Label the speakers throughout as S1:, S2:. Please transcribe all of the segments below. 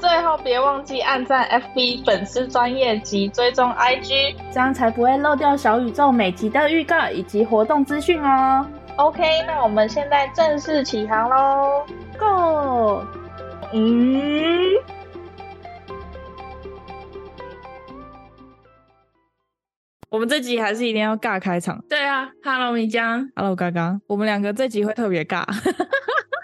S1: 最后别忘记按赞 FB 粉丝专业及追踪 IG。
S2: 这样才不会漏掉小宇宙每集的预告以及活动资讯哦。
S1: OK，那我们现在正式起航喽
S2: ，Go！
S1: 嗯，
S3: 我们这集还是一定要尬开场。
S4: 对啊，Hello 米江
S3: ，Hello 嘎嘎，我们两个这集会特别尬。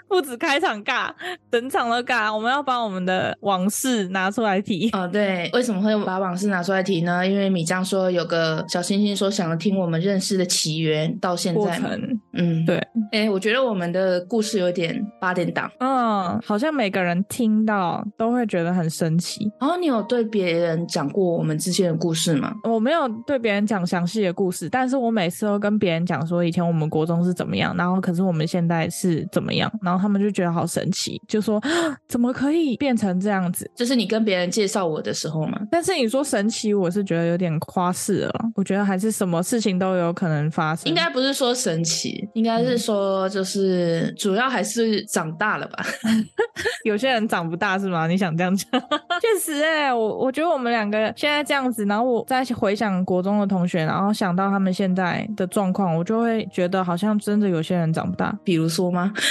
S3: 不止开场尬，整场都尬。我们要把我们的往事拿出来提。
S4: 哦，对，为什么会把往事拿出来提呢？因为米江说有个小星星说想要听我们认识的起源到现在嘛。
S3: 嗯，对。
S4: 哎、欸，我觉得我们的故事有点八点档。
S3: 嗯，好像每个人听到都会觉得很神奇。
S4: 哦，你有对别人讲过我们之间的故事吗？
S3: 我没有对别人讲详细的故事，但是我每次都跟别人讲说以前我们国中是怎么样，然后可是我们现在是怎么样，然后。他们就觉得好神奇，就说 怎么可以变成这样子？
S4: 这是你跟别人介绍我的时候吗？
S3: 但是你说神奇，我是觉得有点夸饰了。我觉得还是什么事情都有可能发生。
S4: 应该不是说神奇，应该
S3: 嗯
S4: 是说就是主要还是长大了吧。
S3: 有些人长不大是吗？你想这样讲？ 确实哎、欸，我我觉得我们两个现在这样子，然后我再回想国中的同学，然后想到他们现在的状况，我就会觉得好像真的有些人长不大。
S4: 比如说吗？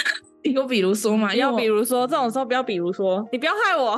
S4: 有比如说嘛，
S3: 啊要比如说这种时候不要比如说，你不要害我，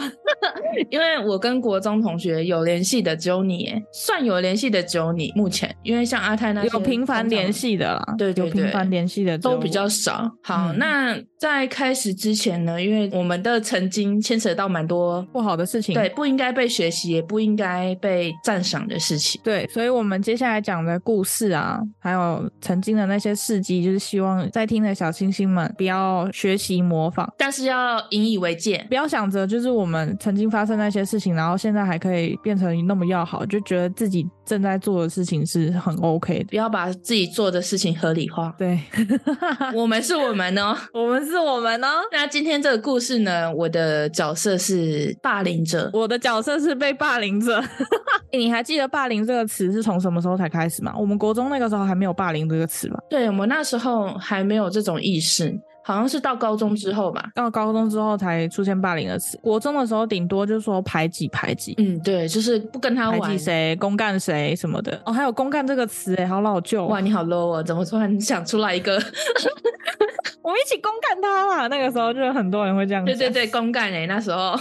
S4: 因为我跟国中同学有联系的只有你，算有联系的只有你。目前，因为像阿泰那
S3: 有频繁联系的啦，
S4: 对对
S3: 对，有频繁联系的
S4: 都比较少。好，嗯、那在开始之前呢，因为我们的曾经牵扯到蛮多
S3: 不好的事情，
S4: 对，不应该被学习，也不应该被赞赏的事情，
S3: 对，所以我们接下来讲的故事啊，还有曾经的那些事迹，就是希望在听的小星星们不要。学习模仿，
S4: 但是要引以为戒，
S3: 不要想着就是我们曾经发生那些事情，然后现在还可以变成那么要好，就觉得自己正在做的事情是很 OK 的。
S4: 不要把自己做的事情合理 化。
S3: 对，
S4: 我们是我们哦，
S3: 我们是我们哦。
S4: 那今天这个故事呢，我的角色是霸凌者，
S3: 我的角色是被霸凌者。 欸、你还记得“霸凌”这个词是从什么时候才开始吗？我们国中那个时候还没有“霸凌”这个词吧？
S4: 对，我们那时候还没有这种意识。好像是到高中之后吧，
S3: 到高中之后才出现霸凌的词。国中的时候，顶多就是说排挤、排挤。
S4: 嗯，对，就是不跟他
S3: 玩，排挤谁、公干谁什么的。哦，还有“公干”这个词，哎，好老旧、哦。
S4: 哇，你好 low 啊！怎么突然想出来一个？
S3: 我们一起公干他啦！那个时候就是很多人会这样。
S4: 对对对，公干哎、欸，那时候。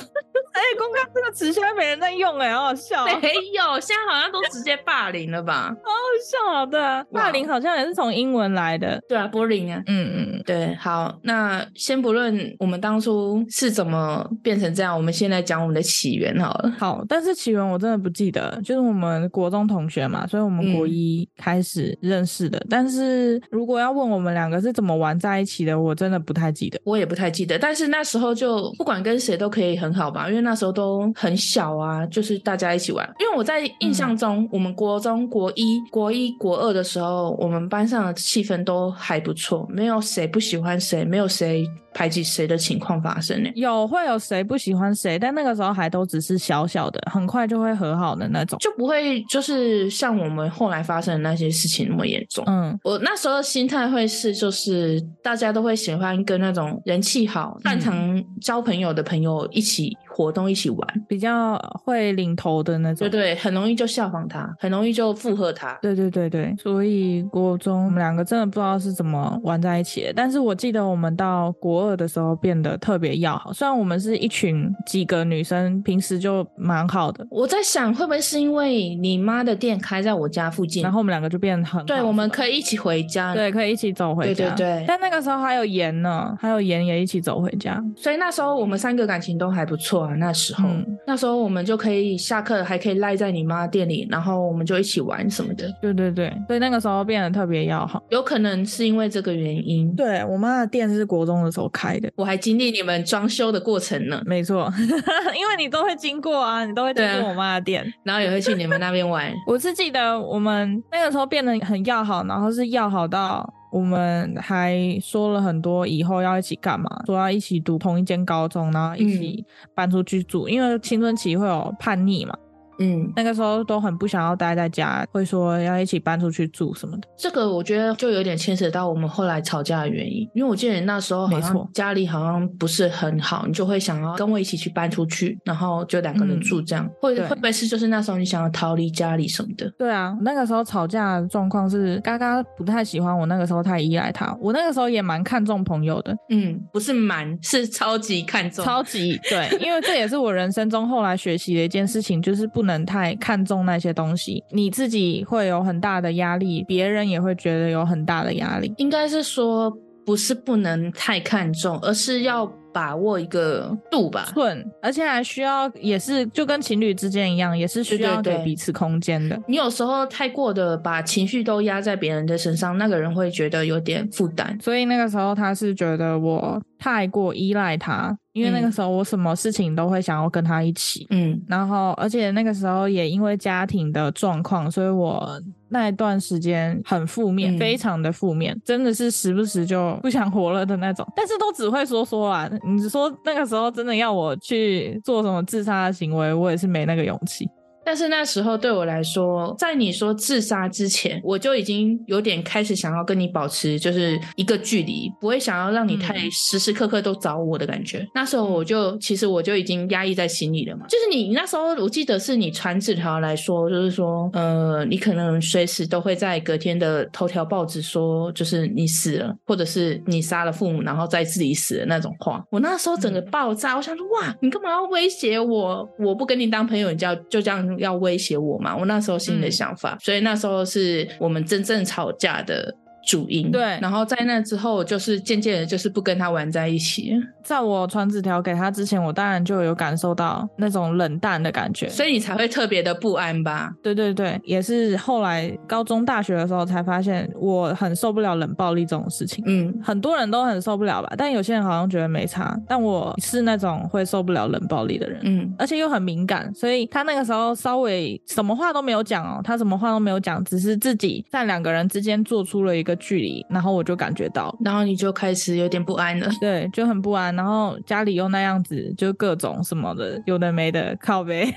S3: 哎、欸，公干这个词现在没人在用哎、欸，好好笑、喔。
S4: 没有，现在好像都直接霸凌了吧？
S3: 好好笑、喔，对啊，霸凌好像也是从英文来的。
S4: 对啊，柏林啊。
S3: 嗯嗯，
S4: 对，好，那先不论我们当初是怎么变成这样，我们先来讲我们的起源好了。
S3: 好，但是起源我真的不记得，就是我们国中同学嘛，所以我们国一开始认识的。嗯、但是如果要问我们两个是怎么玩在一起的，我真的不太记得。
S4: 我也不太记得，但是那时候就不管跟谁都可以很好吧，因为。那时候都很小啊，就是大家一起玩。因为我在印象中，嗯、我们国中国一、国一、国二的时候，我们班上的气氛都还不错，没有谁不喜欢谁，没有谁。排挤谁的情况发生呢、欸？
S3: 有会有谁不喜欢谁，但那个时候还都只是小小的，很快就会和好的那种，
S4: 就不会就是像我们后来发生的那些事情那么严重。
S3: 嗯，
S4: 我那时候心态会是，就是大家都会喜欢跟那种人气好、擅长交朋友的朋友一起活动、一起玩，
S3: 比较会领头的那种。
S4: 对对，很容易就效仿他，很容易就附和他。
S3: 哦对对对对，所以国中我们两个真的不知道是怎么玩在一起的，但是我记得我们到国。国二的时候变得特别要好，虽然我们是一群几个女生，平时就蛮好的。
S4: 我在想，会不会是因为你妈的店开在我家附近，
S3: 然后我们两个就变很
S4: 对，我们可以一起回家，
S3: 对，可以一起走回
S4: 家，对对对。
S3: 但那个时候还有盐呢，还有盐也一起走回家，
S4: 所以那时候我们三个感情都还不错啊。啊，那时候、
S3: 嗯
S4: 那时候我们就可以下课还可以赖在你妈店里，然后我们就一起玩什么的，
S3: 对对对，所以那个时候变得特别要好。
S4: 有可能是因为这个原因。
S3: 对我妈的店是国中的时候开的，
S4: 我还经历你们装修的过程呢，
S3: 没错， 因为你都会经过啊，你都会经
S4: 对啊
S3: 过我妈的店。
S4: 然后也会去你们那边玩。
S3: 我是记得我们那个时候变得很要好，然后是要好到我们还说了很多以后要一起干嘛，说要一起读同一间高中，然后一起搬出去住，因为青春期会有叛逆嘛，
S4: 嗯，
S3: 那个时候都很不想要待在家，会说要一起搬出去住什么的。
S4: 这个我觉得就有点牵扯到我们后来吵架的原因，因为我记得你那时候好
S3: 没错
S4: 像家里好像不是很好，你就会想要跟我一起去搬出去，然后就两个人
S3: 嗯
S4: 住这样，会
S3: 对
S4: 会不会是就是那时候你想要逃离家里什么的？
S3: 对啊，那个时候吵架的状况是，嘎嘎不太喜欢我，那个时候太依赖他，我那个时候也蛮看重朋友的，
S4: 嗯，不是蛮，是超级看重，
S3: 超级对，因为这也是我人生中后来学习的一件事情，就是不能太看重那些东西，你自己会有很大的压力，别人也会觉得有很大的压力。
S4: 应该是说不是不能太看重，而是要把握一个度吧。
S3: 顺，而且还需要，也是就跟情侣之间一样，也是需
S4: 对对
S3: 要给
S4: 对
S3: 彼此空间的。
S4: 你有时候太过的把情绪都压在别人的身上，那个人会觉得有点负担。
S3: 所以那个时候他是觉得我太过依赖他，因为那个
S4: 嗯
S3: 时候我什么事情都会想要跟他一起。
S4: 嗯
S3: 然后，而且那个时候也因为家庭的状况，所以我那一段时间很负面，
S4: 嗯
S3: 非常的负面，真的是时不时就不想活了的那种。但是都只会说说啊，你说那个时候真的要我去做什么自杀的行为，我也是没那个勇气。
S4: 但是那时候对我来说，在你说自杀之前，我就已经有点开始想要跟你保持就是一个距离，不会想要让你太
S3: 嗯
S4: 时时刻刻都找我的感觉。那时候我就其实我就已经压抑在心里了嘛。就是你那时候，我记得是你传纸条来说，就是说，呃，你可能随时都会在隔天的头条报纸说，就是你死了，或者是你杀了父母，然后再自己死的那种话。我那时候整个
S3: 嗯
S4: 爆炸，我想说哇，你干嘛要威胁我？我不跟你当朋友，你就要就这样要威胁我嘛？我那时候心里的
S3: 嗯
S4: 想法，所以那时候是我们真正吵架的主因。
S3: 对
S4: 然后在那之后，就是渐渐的，就是不跟他玩在一起。
S3: 在我传纸条给他之前，我当然就有感受到那种冷淡的感觉。
S4: 所以你才会特别的不安吧？
S3: 对对对，也是后来高中、大学的时候才发现，我很受不了冷暴力这种事情。
S4: 嗯，
S3: 很多人都很受不了吧，但有些人好像觉得没差，但我是那种会受不了冷暴力的人。
S4: 嗯，
S3: 而且又很敏感，所以他那个时候稍微什么话都没有讲哦，他什么话都没有讲，只是自己在两个人之间做出了一个距离，然后我就感觉到了，
S4: 然后你就开始有点不安了。
S3: 对，就很不安。然后家里又那样子，就各种什么的，有的没的，靠呗。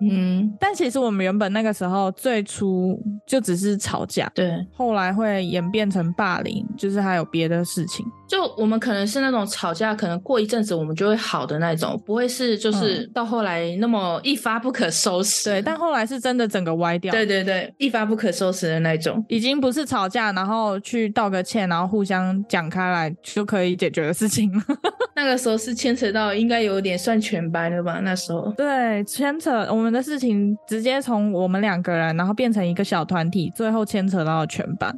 S4: 嗯，
S3: 但其实我们原本那个时候最初就只是吵架，
S4: 对，
S3: 后来会演变成霸凌，就是还有别的事情。
S4: 就我们可能是那种吵架，可能过一阵子我们就会好的那种，不会是就是到后来那么一发不可收拾。
S3: 对，但后来是真的整个歪掉。
S4: 对对对，一发不可收拾的那种。
S3: 已经不是吵架，然后去道个歉，然后互相讲开来就可以解决的事情了。
S4: 那个时候是牵扯到应该有点算全班了吧？那时候，
S3: 对，牵扯我们的事情，直接从我们两个人，然后变成一个小团体，最后牵扯到了全班，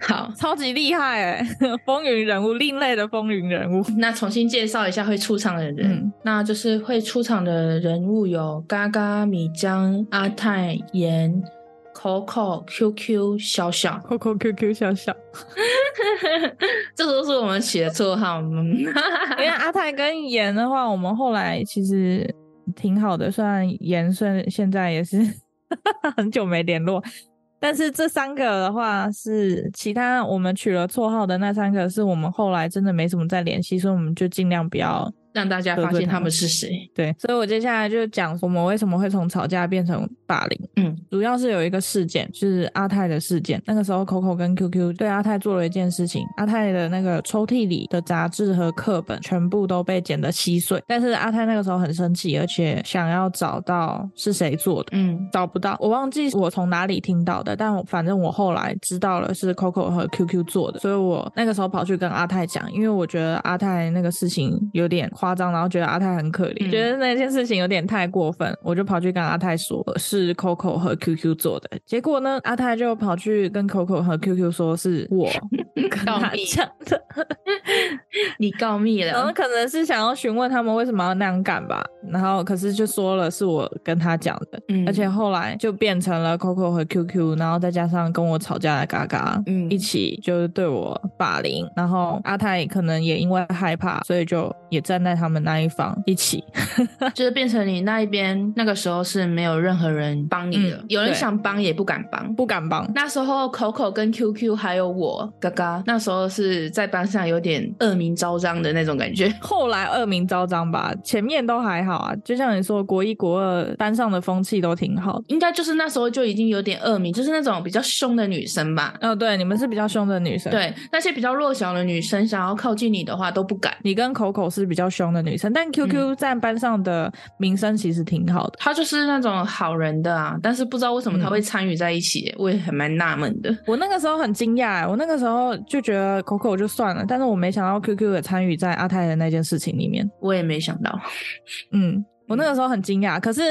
S4: 好，
S3: 超级厉害哎、风云人物，另类的风云人物。
S4: 那重新介绍一下会出场的人，
S3: 嗯
S4: 那就是会出场的人物有嘎嘎、米江、阿泰、妍、Coco、QQ、小小，
S3: QQ QQ 笑笑，
S4: 这都是我们起的绰号。嗯
S3: 因为阿泰跟妍的话，我们后来其实挺好的，虽然妍虽现在也是 很久没联络，但是这三个的话是其他我们取了绰号的那三个，是我们后来真的没什么再联系，所以我们就尽量不要
S4: 让大家
S3: 得
S4: 发
S3: 罪
S4: 现
S3: 他
S4: 他们
S3: 们
S4: 是谁。
S3: 对。所以我接下来就讲我们为什么会从吵架变成霸凌，
S4: 嗯，
S3: 主要是有一个事件，就是阿泰的事件。那个时候，Coco 跟 QQ 对阿泰做了一件事情，阿泰的那个抽屉里的杂志和课本全部都被剪得稀碎。但是阿泰那个时候很生气，而且想要找到是谁做的。
S4: 嗯
S3: 找不到，我忘记我从哪里听到的，但我反正我后来知道了是 Coco 和 QQ 做的，所以我那个时候跑去跟阿泰讲，因为我觉得阿泰那个事情有点夸张，然后觉得阿泰很可怜，
S4: 嗯
S3: 觉得那件事情有点太过分，我就跑去跟阿泰说是 Coco 和 QQ 做的。结果呢，阿泰就跑去跟 Coco 和 QQ 说是我跟
S4: 告
S3: 他
S4: 密
S3: 讲的，
S4: 你告密
S3: 然后
S4: 了，
S3: 可能是想要询问他们为什么要那样干吧，然后可是就说了是我跟他讲的，
S4: 嗯
S3: 而且后来就变成了 Coco 和 QQ，然后再加上跟我吵架的嘎嘎，
S4: 嗯
S3: 一起就是对我霸凌，然后阿泰可能也因为害怕，所以就也站在他们那一方一起，
S4: 就是变成你那一边那个时候是没有任何人帮你的，
S3: 嗯
S4: 有人
S3: 对
S4: 想帮也不敢帮。
S3: 不敢帮。
S4: 那时候 Coco 跟 QQ 还有我嘎嘎，那时候是在班上有点恶名昭彰的那种感觉。
S3: 后来恶名昭彰吧，前面都还好啊，就像你说，国一国二班上的风气都挺好的。
S4: 应该就是那时候就已经有点恶名，就是那种比较凶的女生吧。
S3: 哦，对，你们是比较凶的女生，，
S4: 对，那些比较弱小的女生想要靠近你的话都不敢。
S3: 你跟口口是比较凶的女生，但
S4: 嗯
S3: QQ 在班上的名声其实挺好的。
S4: 她就是那种好人的啊，但是不知道为什么她会参与在一起，我也还蛮纳闷的。
S3: 我那个时候很惊讶，我那个时候就觉得口口就算了，但是我没想到 QQ 也参与在阿泰的那件事情里面。
S4: 我也没想到，
S3: 嗯，我那个时候很惊讶，可是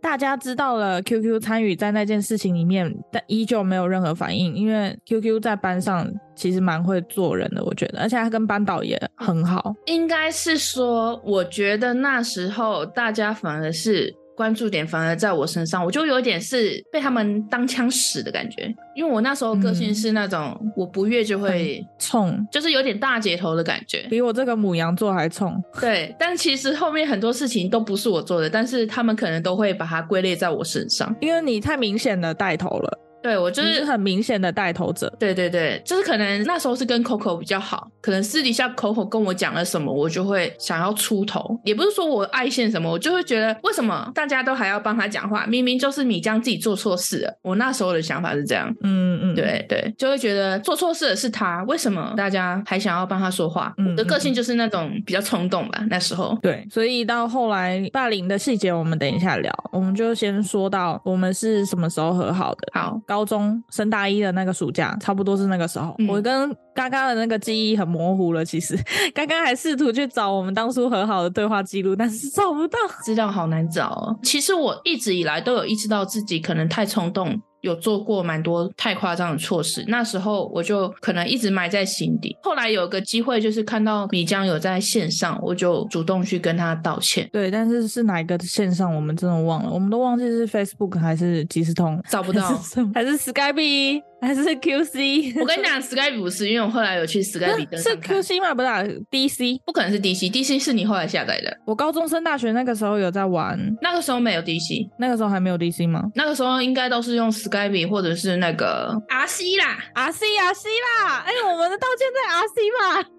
S3: 大家知道了 QQ 参与在那件事情里面，但依旧没有任何反应，因为 QQ 在班上其实蛮会做人的，我觉得，而且他跟班导也很好。
S4: 应该是说，我觉得那时候大家反而是。关注点反而在我身上，我就有点是被他们当枪使的感觉，因为我那时候个性
S3: 嗯
S4: 是那种、我不悦就会，
S3: 冲，
S4: 就是有点大姐头的感觉。
S3: 比我这个母羊座还冲。
S4: 对，但其实后面很多事情都不是我做的，但是他们可能都会把它归类在我身上。嗯
S3: 因为你太明显的带头了，
S4: 对我
S3: 就
S4: 就是是
S3: 很明显的带头者。
S4: 对对对，就是可能那时候是跟 Coco 比较好，可能私底下 Coco 跟我讲了什么，我就会想要出头，也不是说我爱现什么，我就会觉得为什么大家都还要帮他讲话，明明就是米江自己做错事了。我那时候的想法是这样，
S3: 嗯嗯，，
S4: 对对，就会觉得做错事的是他，为什么大家还想要帮他说话？
S3: 嗯
S4: 我的个性就是那种比较冲动吧，那时候。
S3: 对，所以到后来霸凌的细节，我们等一下聊。我们就先说到我们是什么时候和好的。
S4: 好，
S3: 高中升大一的那个暑假，差不多是那个时候，
S4: 嗯
S3: 我跟嘎嘎的那个记忆很模糊了。其实 嘎嘎还试图去找我们当初和好的对话记录，但是找不到。
S4: 资料好难找哦。其实我一直以来都有意识到自己可能太冲动，有做过蛮多太夸张的措施。那时候我就可能一直埋在心底。后来有个机会，就是看到米江有在线上，我就主动去跟他道歉，
S3: 对，但是是哪一个线上，我们真的忘了，我们都忘记是 Facebook 还是即时通，
S4: 找不到
S3: 还。是什么还是 Skype 还是 QC？
S4: 我跟你讲，Skype 不是，因为我后来有去 Skype
S3: 那
S4: 登
S3: 是
S4: 上看，
S3: QC 吗？不是啊、DC。
S4: 不可能是 DC，DC 是你后来下载的，
S3: 我高中升大学那个时候有在玩，
S4: 那个时候没有 DC，
S3: 那个时候还没有 DC 吗
S4: 那个时候应该都是用 Skype 或者是那个 RC 啦。
S3: ？RC RC 啦，哎、我们的道歉在 RC 吧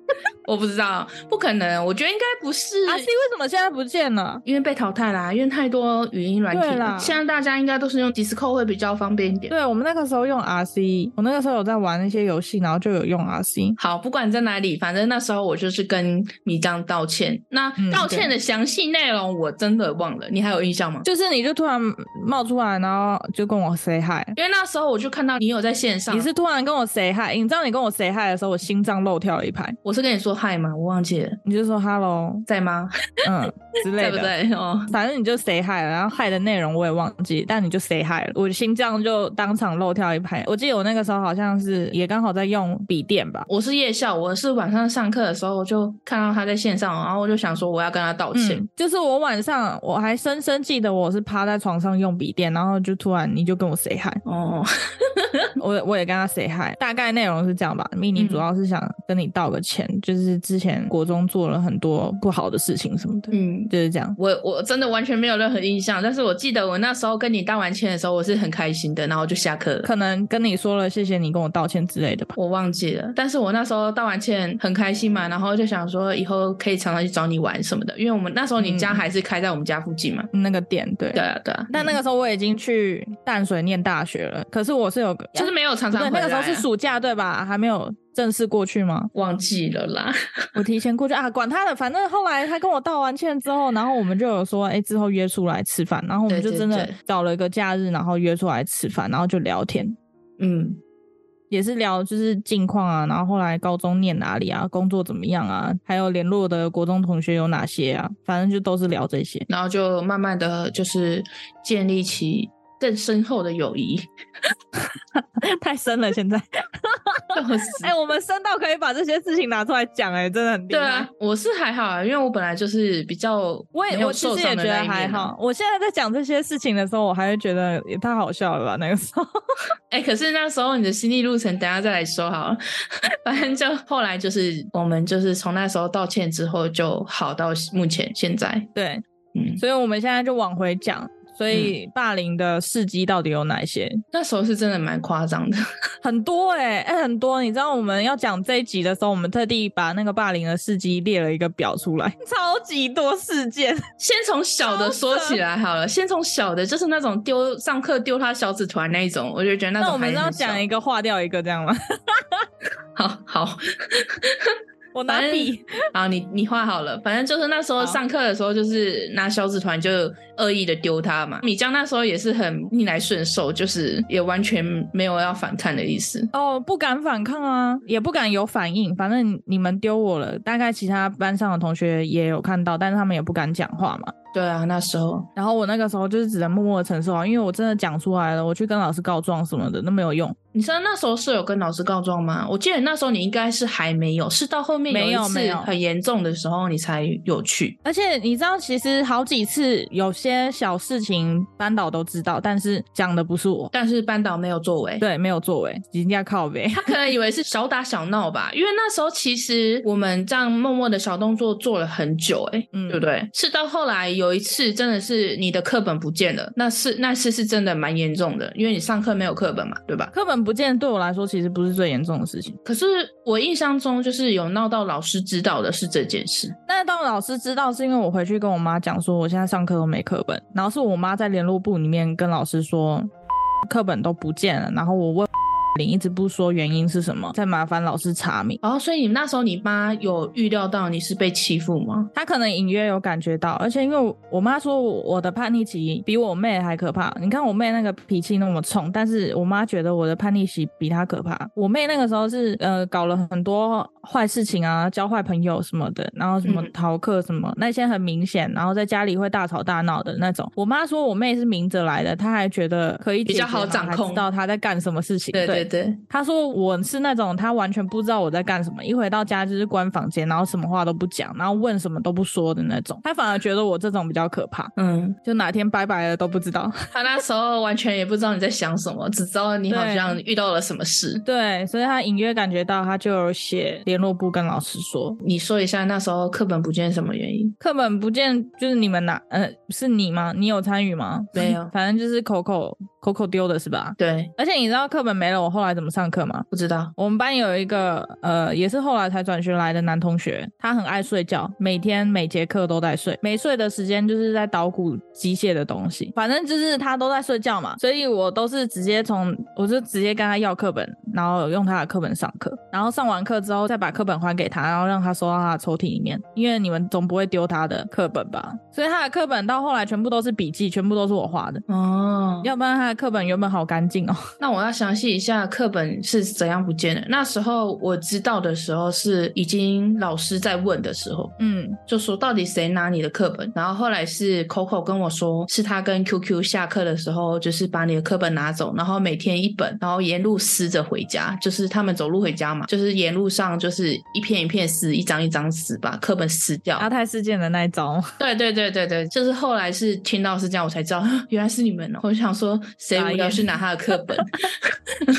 S4: 我不知道，不可能，我觉得应该不是
S3: ？RC 为什么现在不见了？
S4: 因为被淘汰啦，因为太多语音软体
S3: 对
S4: 了。
S3: 啦
S4: 现在大家应该都是用 Discord 会比较方便一点。
S3: 对我们那个时候用 RC，我那个时候有在玩那些游戏，然后就有用 RC。
S4: 好，不管在哪里，反正那时候我就是跟米江道歉。那
S3: 嗯
S4: 道歉的详细内容我真的忘了，你还有印象吗？
S3: 就是你就突然冒出来，然后就跟我 say hi。
S4: 因为那时候我就看到你有在线上，
S3: 你是突然跟我 say hi，你知道你跟我 say hi 的时候，我心脏漏跳了一拍，
S4: 我是跟你说嗨吗？我忘记了，
S3: 你就说 hello，
S4: 在吗？
S3: 嗯之类
S4: 在
S3: 的，
S4: 不在？哦，
S3: 反正你就 say hi 了，然后 hi 的内容我也忘记，但你就 say hi 了，我的心脏就当场漏跳一拍。我记得我那个时候好像是也刚好在用笔电吧，
S4: 我是夜校，我是晚上上课的时候我就看到他在线上，然后我就想说我要跟他道歉。
S3: 嗯，就是我晚上我还深深记得我是趴在床上用笔电，然后就突然你就跟我 say hi，
S4: 哦，
S3: 我我也跟他 say hi，大概内容是这样吧。迷你
S4: 嗯
S3: 主要是想跟你道个歉，就是之前国中做了很多不好的事情什么的，
S4: 嗯，
S3: 就是这样。
S4: 我我真的完全没有任何印象，但是我记得我那时候跟你道完歉的时候，我是很开心的，然后就下课了。
S3: 可能跟你说了谢谢你跟我道歉之类的吧。
S4: 我忘记了，但是我那时候道完歉很开心嘛，然后就想说以后可以常常去找你玩什么的，因为我们那时候你家
S3: 嗯
S4: 还是开在我们家附近嘛。
S3: 那个点对
S4: 对啊，对啊，
S3: 但那个时候我已经去淡水念大学了，可是我是有个，
S4: 就是没有常
S3: 不
S4: 常
S3: 对，
S4: 回来
S3: 那
S4: 啊、
S3: 个时候是暑假对吧？还没有正式过去吗？
S4: 忘记了啦。
S3: 我提前过去啊，管他的，反正后来他跟我道完歉之后，然后我们就有说，哎、之后约出来吃饭，然后我们
S4: 对
S3: 就
S4: 对
S3: 真的
S4: 对
S3: 找了一个假日，然后约出来吃饭，然后就聊天，
S4: 嗯，
S3: 也是聊就是近况啊，然后后来高中念哪里啊，工作怎么样啊，还有联络的国中同学有哪些啊，反正就都是聊这些。
S4: 然后 就慢慢的就是建立起更深厚的友谊。
S3: 太深了。 现在，
S4: 笑死
S3: 哎、我们深到可以把这些事情拿出来讲，哎，真的很厉
S4: 对
S3: 害。
S4: 啊，我是还好啊，因为我本来就是比较
S3: 我也
S4: 没有
S3: 我其
S4: 受
S3: 实也
S4: 伤
S3: 觉
S4: 的
S3: 得
S4: 那一
S3: 还
S4: 面啊
S3: 好。。我现在在讲这些事情的时候，我还会觉得也太好笑了吧？那个时候，
S4: 哎、可是那时候你的心理路程，等一下再来说好了。 反正就后来就是我们就是从那时候道歉之后就好到目前现在，
S3: 对，
S4: 嗯，
S3: 所以我们现在就往回讲。所以霸凌的事迹到底有哪些？
S4: 那时候是真的蛮夸张的。
S3: 很多哎、哎、很多。你知道我们要讲这一集的时候，我们特地把那个霸凌的事迹列了一个表出来， 超级多事件。
S4: 先从小的说起来好了，先从小的，就是那种丢上课丢他小指团那一种，我就觉得那种
S3: 那我们
S4: 还
S3: 要
S4: 很小
S3: 讲一个划掉一个这样吗？
S4: 好好
S3: 我拿
S4: 反正
S3: 笔，
S4: 好，你你画好了，反正就是那时候
S3: 好
S4: 上课的时候，就是拿小纸团就恶意的丢他嘛。米江那时候也是很逆来顺受，就是也完全没有要反抗的意思。
S3: 哦，不敢反抗啊，也不敢有反应。反正你们丢我了，大概其他班上的同学也有看到，但是他们也不敢讲话嘛。
S4: 对啊，那时候
S3: 然后我那个时候就是只能默默的承受啊，因为我真的讲出来了，我去跟老师告状什么的，那没有用。
S4: 你知道那时候是有跟老师告状吗？我记得那时候你应该是还没有，是到后面
S3: 没有没
S4: 一次
S3: 有
S4: 很严重的时候你才有去。
S3: 而且你知道，其实好几次有些小事情班导都知道，但是讲的不是我，
S4: 但是班导没有作为，
S3: 对，没有作为，人家靠背。
S4: 他可能以为是小打小闹吧，因为那时候其实我们这样默默的小动作做了很久、欸，哎，
S3: 嗯
S4: 对不对？是到后来有一次真的是你的课本不见了，那是那次是真的蛮严重的，因为你上课没有课本嘛，对吧？
S3: 课本不见对我来说其实不是最严重的事情，
S4: 可是我印象中就是有闹到老师知道的是这件事，
S3: 那当老师知道是因为我回去跟我妈讲说，我现在上课都没课本，然后是我妈在联络部里面跟老师说课本都不见了，然后我问 林一直不说原因是什么，再麻烦老师查明。
S4: 哦，所以你那时候你妈有预料到你是被欺负吗？
S3: 她可能隐约有感觉到，而且因为我我妈说我我的叛逆期比我妹还可怕。你看我妹那个脾气那么冲，但是我妈觉得我的叛逆期比她可怕。我妹那个时候是呃搞了很多坏事情啊，交坏朋友什么的，然后什么
S4: 嗯
S3: 逃课什么、那些很明显，然后在家里会大吵大闹的那种。我妈说我妹是明着来的，她还觉得可以
S4: 比
S3: 解
S4: 较
S3: 决啊
S4: 好掌
S3: 还
S4: 控
S3: 知道她在干什么事情。
S4: 对对对，
S3: 他说我是那种他完全不知道我在干什么，一回到家就是关房间，然后什么话都不讲，然后问什么都不说的那种。他反而觉得我这种比较可怕，
S4: 嗯，
S3: 就哪天拜拜了都不知道。
S4: 她那时候完全也不知道你在想什么，只知道你好
S3: 对
S4: 像遇到了什么事。
S3: 对，所以他隐约感觉到，他就有写联络部跟老师说，
S4: 你说一下那时候课本不见什么原因？
S3: 课本不见，就是你们拿，呃，是你吗？你有参与吗？
S4: 没有
S3: 反正就是口口口口丢的是吧？
S4: 对，
S3: 而且你知道课本没了，我后来怎么上课吗？
S4: 不知道。
S3: 我们班有一个呃，也是后来才转学来的男同学，他很爱睡觉，每天每节课都在睡，没睡的时间就是在捣鼓机械的东西，反正就是他都在睡觉嘛，所以我都是直接从我就直接跟他要课本，然后用他的课本上课，然后上完课之后再把课本还给他，然后让他收到他的抽屉里面，因为你们总不会丢他的课本吧？所以他的课本到后来全部都是笔记，全部都是我画的，
S4: 哦，
S3: 要不然他的课本原本好干净哦。
S4: 那我要详细一下课本是怎样不见的。那时候我知道的时候是已经老师在问的时候，
S3: 嗯，
S4: 就说到底谁拿你的课本。然后后来是 Coco 跟我说，是他跟 QQ 下课的时候，就是把你的课本拿走，然后每天一本，然后沿路撕着回家。就是他们走路回家嘛，就是沿路上就是一片一片撕，一张一张撕，把课本撕掉。
S3: 阿泰事件的那一招。
S4: 对对对对对，就是后来是听到是这样，我才知道 原来是你们哦。我想说，谁
S3: 傻
S4: 无聊
S3: 眼
S4: 去拿他的课本？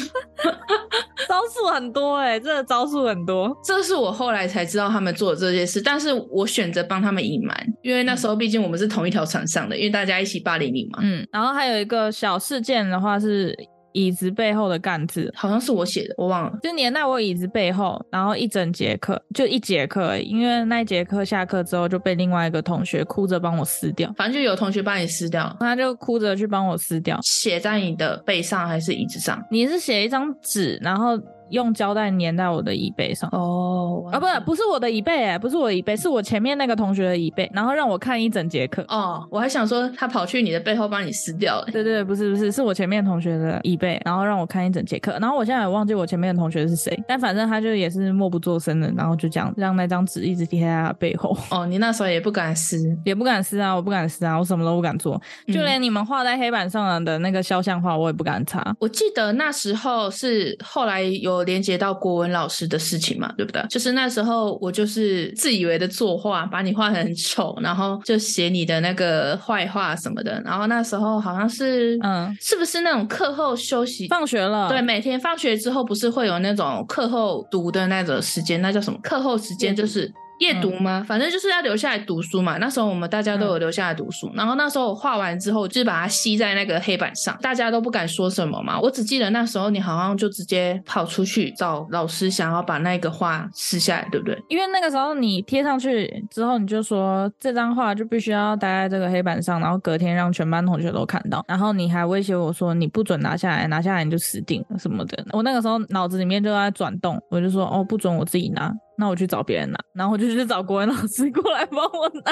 S3: 招数很多哎、欸，真的招数很多。
S4: 这是我后来才知道他们做的这件事，但是我选择帮他们隐瞒，因为那时候毕竟我们是同一条船上的，因为大家一起霸凌你嘛。
S3: 嗯，然后还有一个小事件的话是椅子背后的干字，
S4: 好像是我写的，我忘了。
S3: 就粘在我椅子背后，然后一整节课就一节课而已，因为那一节课下课之后就被另外一个同学哭着帮我撕掉，
S4: 反正就有同学把你撕掉，
S3: 他就哭着去帮我撕掉。
S4: 写在你的背上还是椅子上？
S3: 你是写一张纸，然后用胶带粘在我的椅背上。
S4: 哦
S3: 啊，不是，不是我的椅背、哎，不是我的椅背，是我前面那个同学的椅背，然后让我看一整节课。
S4: 哦，我还想说他跑去你的背后帮你撕掉了。
S3: 对对，不是不是，是我前面同学的椅背，然后让我看一整节课，然后我现在也忘记我前面的同学是谁，但反正他就也是默不作声的，然后就这样让那张纸一直贴在他背后，
S4: 哦，你那时候也不敢撕，
S3: 也不敢撕啊，我不敢撕啊，我什么都不敢做，就
S4: 嗯
S3: 连你们画在黑板上的那个肖像画，我也不敢擦。
S4: 我记得那时候是后来有连接到国文老师的事情嘛，对不对？就是那时候我就是自以为的作画，把你画得很丑，然后就写你的那个坏话什么的。然后那时候好像是，
S3: 嗯
S4: 是不是那种课后休息？
S3: 放学了，
S4: 对，每天放学之后不是会有那种课后读的那种时间，那叫什么？课后时间就是。夜
S3: 嗯
S4: 读吗？反正就是要留下来读书嘛。那时候我们大家都有留下来读书，然后那时候我画完之后，我就是把它吸在那个黑板上，大家都不敢说什么嘛。我只记得那时候你好像就直接跑出去找老师，想要把那个画撕下来，对不对？
S3: 因为那个时候你贴上去之后，你就说这张画就必须要待在这个黑板上，然后隔天让全班同学都看到。然后你还威胁我说你不准拿下来，拿下来你就死定了什么的。我那个时候脑子里面就在转动，我就说哦不准我自己拿，那我去找别人拿。然后我就去找国文老师过来帮我拿。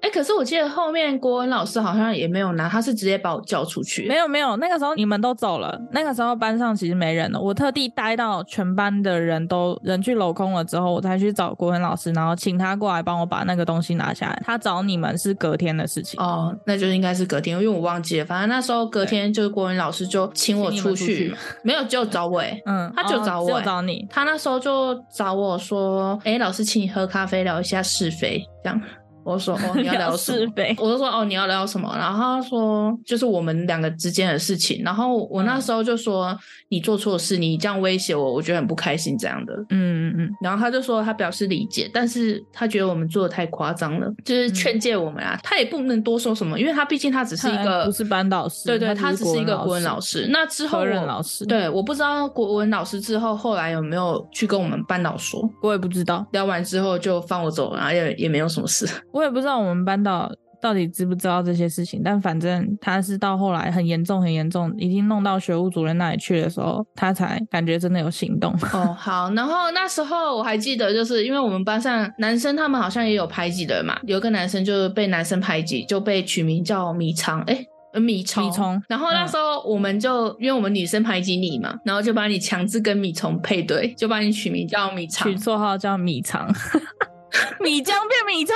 S4: 哎、可是我记得后面国文老师好像也没有拿，他是直接把我叫出去。
S3: 没有没有，那个时候你们都走了，那个时候班上其实没人了。我特地待到全班的人都人去楼空了之后，我才去找国文老师，然后请他过来帮我把那个东西拿下来。他找你们是隔天的事情。
S4: 哦，那就应该是隔天，因为我忘记了。反正那时候隔天就是国文老师就请我
S3: 请你
S4: 出
S3: 们出
S4: 去
S3: 去
S4: 嘛，没有就找我、欸。
S3: 嗯，
S4: 他就
S3: 哦
S4: 找我
S3: 只有
S4: 欸
S3: 找你。
S4: 他那时候就找我说：“哎、老师，请你喝咖啡聊一下是非。”这样，我说：“哦，你要聊什
S3: 是
S4: 么？”
S3: 非，
S4: 我就说哦，你要聊什么？然后他说就是我们两个之间的事情。然后我那
S3: 嗯
S4: 时候就说、你做错事，你这样威胁我，我觉得很不开心这样的。
S3: 嗯嗯嗯，
S4: 然后他就说他表示理解，但是他觉得我们做的太夸张了，
S3: 嗯
S4: 就是劝诫我们啊。他也不能多说什么，因为他毕竟他只 是一
S3: 他
S4: 个
S3: 不是班导师，
S4: 对对，
S3: 他
S4: 他只
S3: 是
S4: 是一个国文
S3: 老
S4: 老师。那之后
S3: 科任
S4: 我
S3: 老师，，
S4: 对，我不知道国文老师之后后来有没有去跟我们班导说。
S3: 我也不知道，
S4: 聊完之后就放我走，然后也也没有什么事。
S3: 我也不知道我们班导。到底知不知道这些事情？但反正他是到后来很严重、很严重，已经弄到学务主任那里去的时候，他才感觉真的有行动。
S4: 哦，好，然后那时候我还记得，就是因为我们班上男生他们好像也有排挤的嘛，有一个男生就被男生排挤，就被取名叫米仓，哎。呃米虫，
S3: 米虫
S4: 然后那
S3: 嗯
S4: 时候我们就、因为我们女生排挤你嘛，然后就把你强制跟米虫配对，就把你取名叫米肠
S3: 取。绰号叫米肠， 米浆变米肠。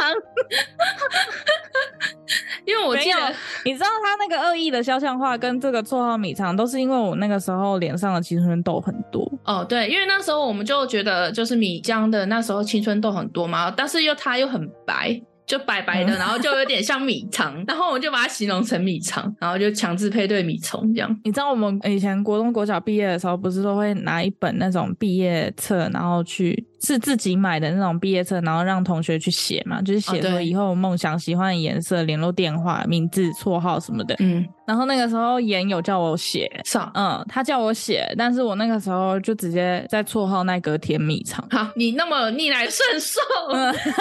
S4: 因为我记
S3: 没有
S4: 得，
S3: 你知道他那个恶意的肖像画跟这个绰号米肠，都是因为我那个时候脸上的青春痘很多。
S4: 哦，对，因为那时候我们就觉得，就是米浆的那时候青春痘很多嘛，但是又它又很白，就白白的，
S3: 嗯
S4: 然后就有点像米肠，然后我们就把它形容成米肠，然后就强制配对米虫这样。
S3: 你知道我们以前国中、国小毕业的时候，不是都会拿一本那种毕业册，然后去是自己买的那种毕业册，然后让同学去写嘛，就是写
S4: 哦
S3: 说
S4: 对
S3: 以后梦想、喜欢的颜色、联络电话、名字、绰号什么的。
S4: 嗯，
S3: 然后那个时候妍有叫我写，
S4: 是啊。
S3: 嗯，他叫我写，但是我那个时候就直接在绰号那格填米肠，
S4: 嗯好，你那么逆来顺受。
S3: 嗯，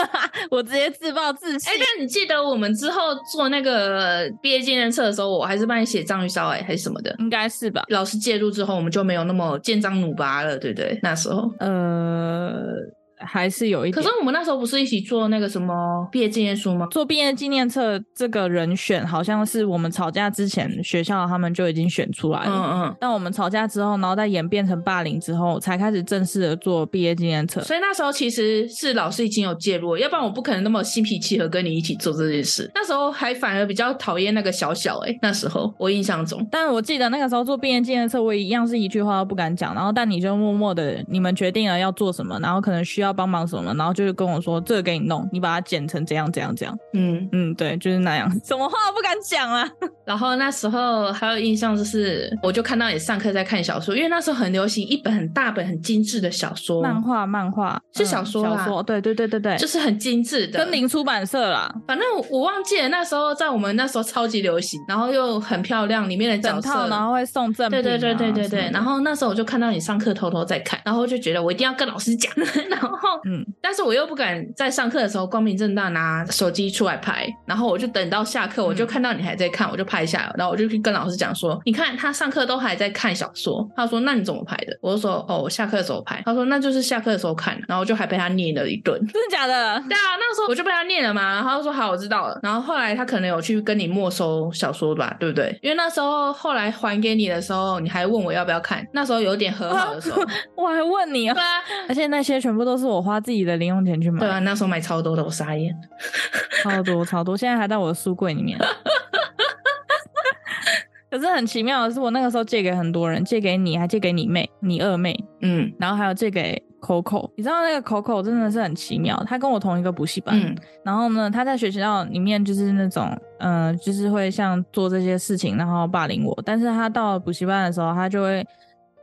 S3: 我直接自暴自弃。
S4: 哎、但你记得我们之后做那个毕业纪念册的时候，我还是帮你写章鱼烧哎、还是什么的。
S3: 应该是吧？
S4: 老师介入之后，我们就没有那么见章努拔了，对不对？那时候，
S3: 呃，还是有一
S4: 可
S3: 点
S4: 是。我们那时候不是一起做那个什么毕业纪念书吗？
S3: 做毕业纪念册这个人选，好像是我们吵架之前学校他们就已经选出来
S4: 嗯
S3: 了。
S4: 嗯，
S3: 但我们吵架之后，然后再演变成霸凌之后，才开始正式的做毕业纪念册。
S4: 所以那时候其实是老师已经有介入了，要不然我不可能那么心平气和跟你一起做这件事。那时候还反而比较讨厌那个小小哎、欸那时候我印象中。
S3: 但我记得那个时候做毕业纪念册，我一样是一句话都不敢讲。然后，但你就默默的，你们决定了要做什么，然后可能需要帮忙什么，然后就是跟我说这个给你弄，你把它剪成怎样怎样怎样。
S4: 嗯，
S3: 嗯，对，就是那样， 什么话都不敢讲啊。
S4: 然后那时候还有印象就是，我就看到你上课在看小说，因为那时候很流行一本很大本很精致的小说，
S3: 漫画，漫画
S4: 是
S3: 嗯
S4: 小说啦
S3: 小说，对对对对对，
S4: 就是很精致的。
S3: 跟林出版社啦，
S4: 反正我我忘记了那时候在我们那时候超级流行，然后又很漂亮，里面的角
S3: 整
S4: 色，
S3: 套，然后会送赠品、
S4: 对
S3: 啊，
S4: 对对对
S3: 什
S4: 对
S3: 么
S4: 对
S3: 的，
S4: 然后那时候我就看到你上课偷偷在看，然后我就觉得我一定要跟老师讲，然后 后
S3: 嗯，
S4: 但是我又不敢在上课的时候光明正大拿手机出来拍，然后我就等到下课，我
S3: 嗯
S4: 就看到你还在看，我就拍下来，然后我就去跟老师讲说，你看他上课都还在看小说，他说那你怎么拍的？我就说哦，我下课的时候拍，他说那就是下课的时候看，然后我就还被他念了一顿。
S3: 真的假的？
S4: 对啊，那时候我就被他念了嘛，然后他就说好，我知道了。然后后来他可能有去跟你没收小说吧，对不对？因为那时候后来还给你的时候，你还问我要不要看，那时候有点和好的时候，
S3: 我还问你啊
S4: 对，啊，
S3: 而且那些全部都是我花自己的零用钱去买
S4: 对，啊，那时候买超多的，我傻眼。
S3: 超多超多，现在还在我的书柜里 面。可是很奇妙的是，我那个时候借给很多人，借给你，还借给你妹、你二妹，
S4: 嗯
S3: 然后还有借给 Coco。你知道那个 Coco 真的是很奇妙，她跟我同一个补习班，
S4: 嗯
S3: 然后呢，他在学校里面就是那种，呃，就是会像做这些事情，然后霸凌我。但是他到了补习班的时候，他就会，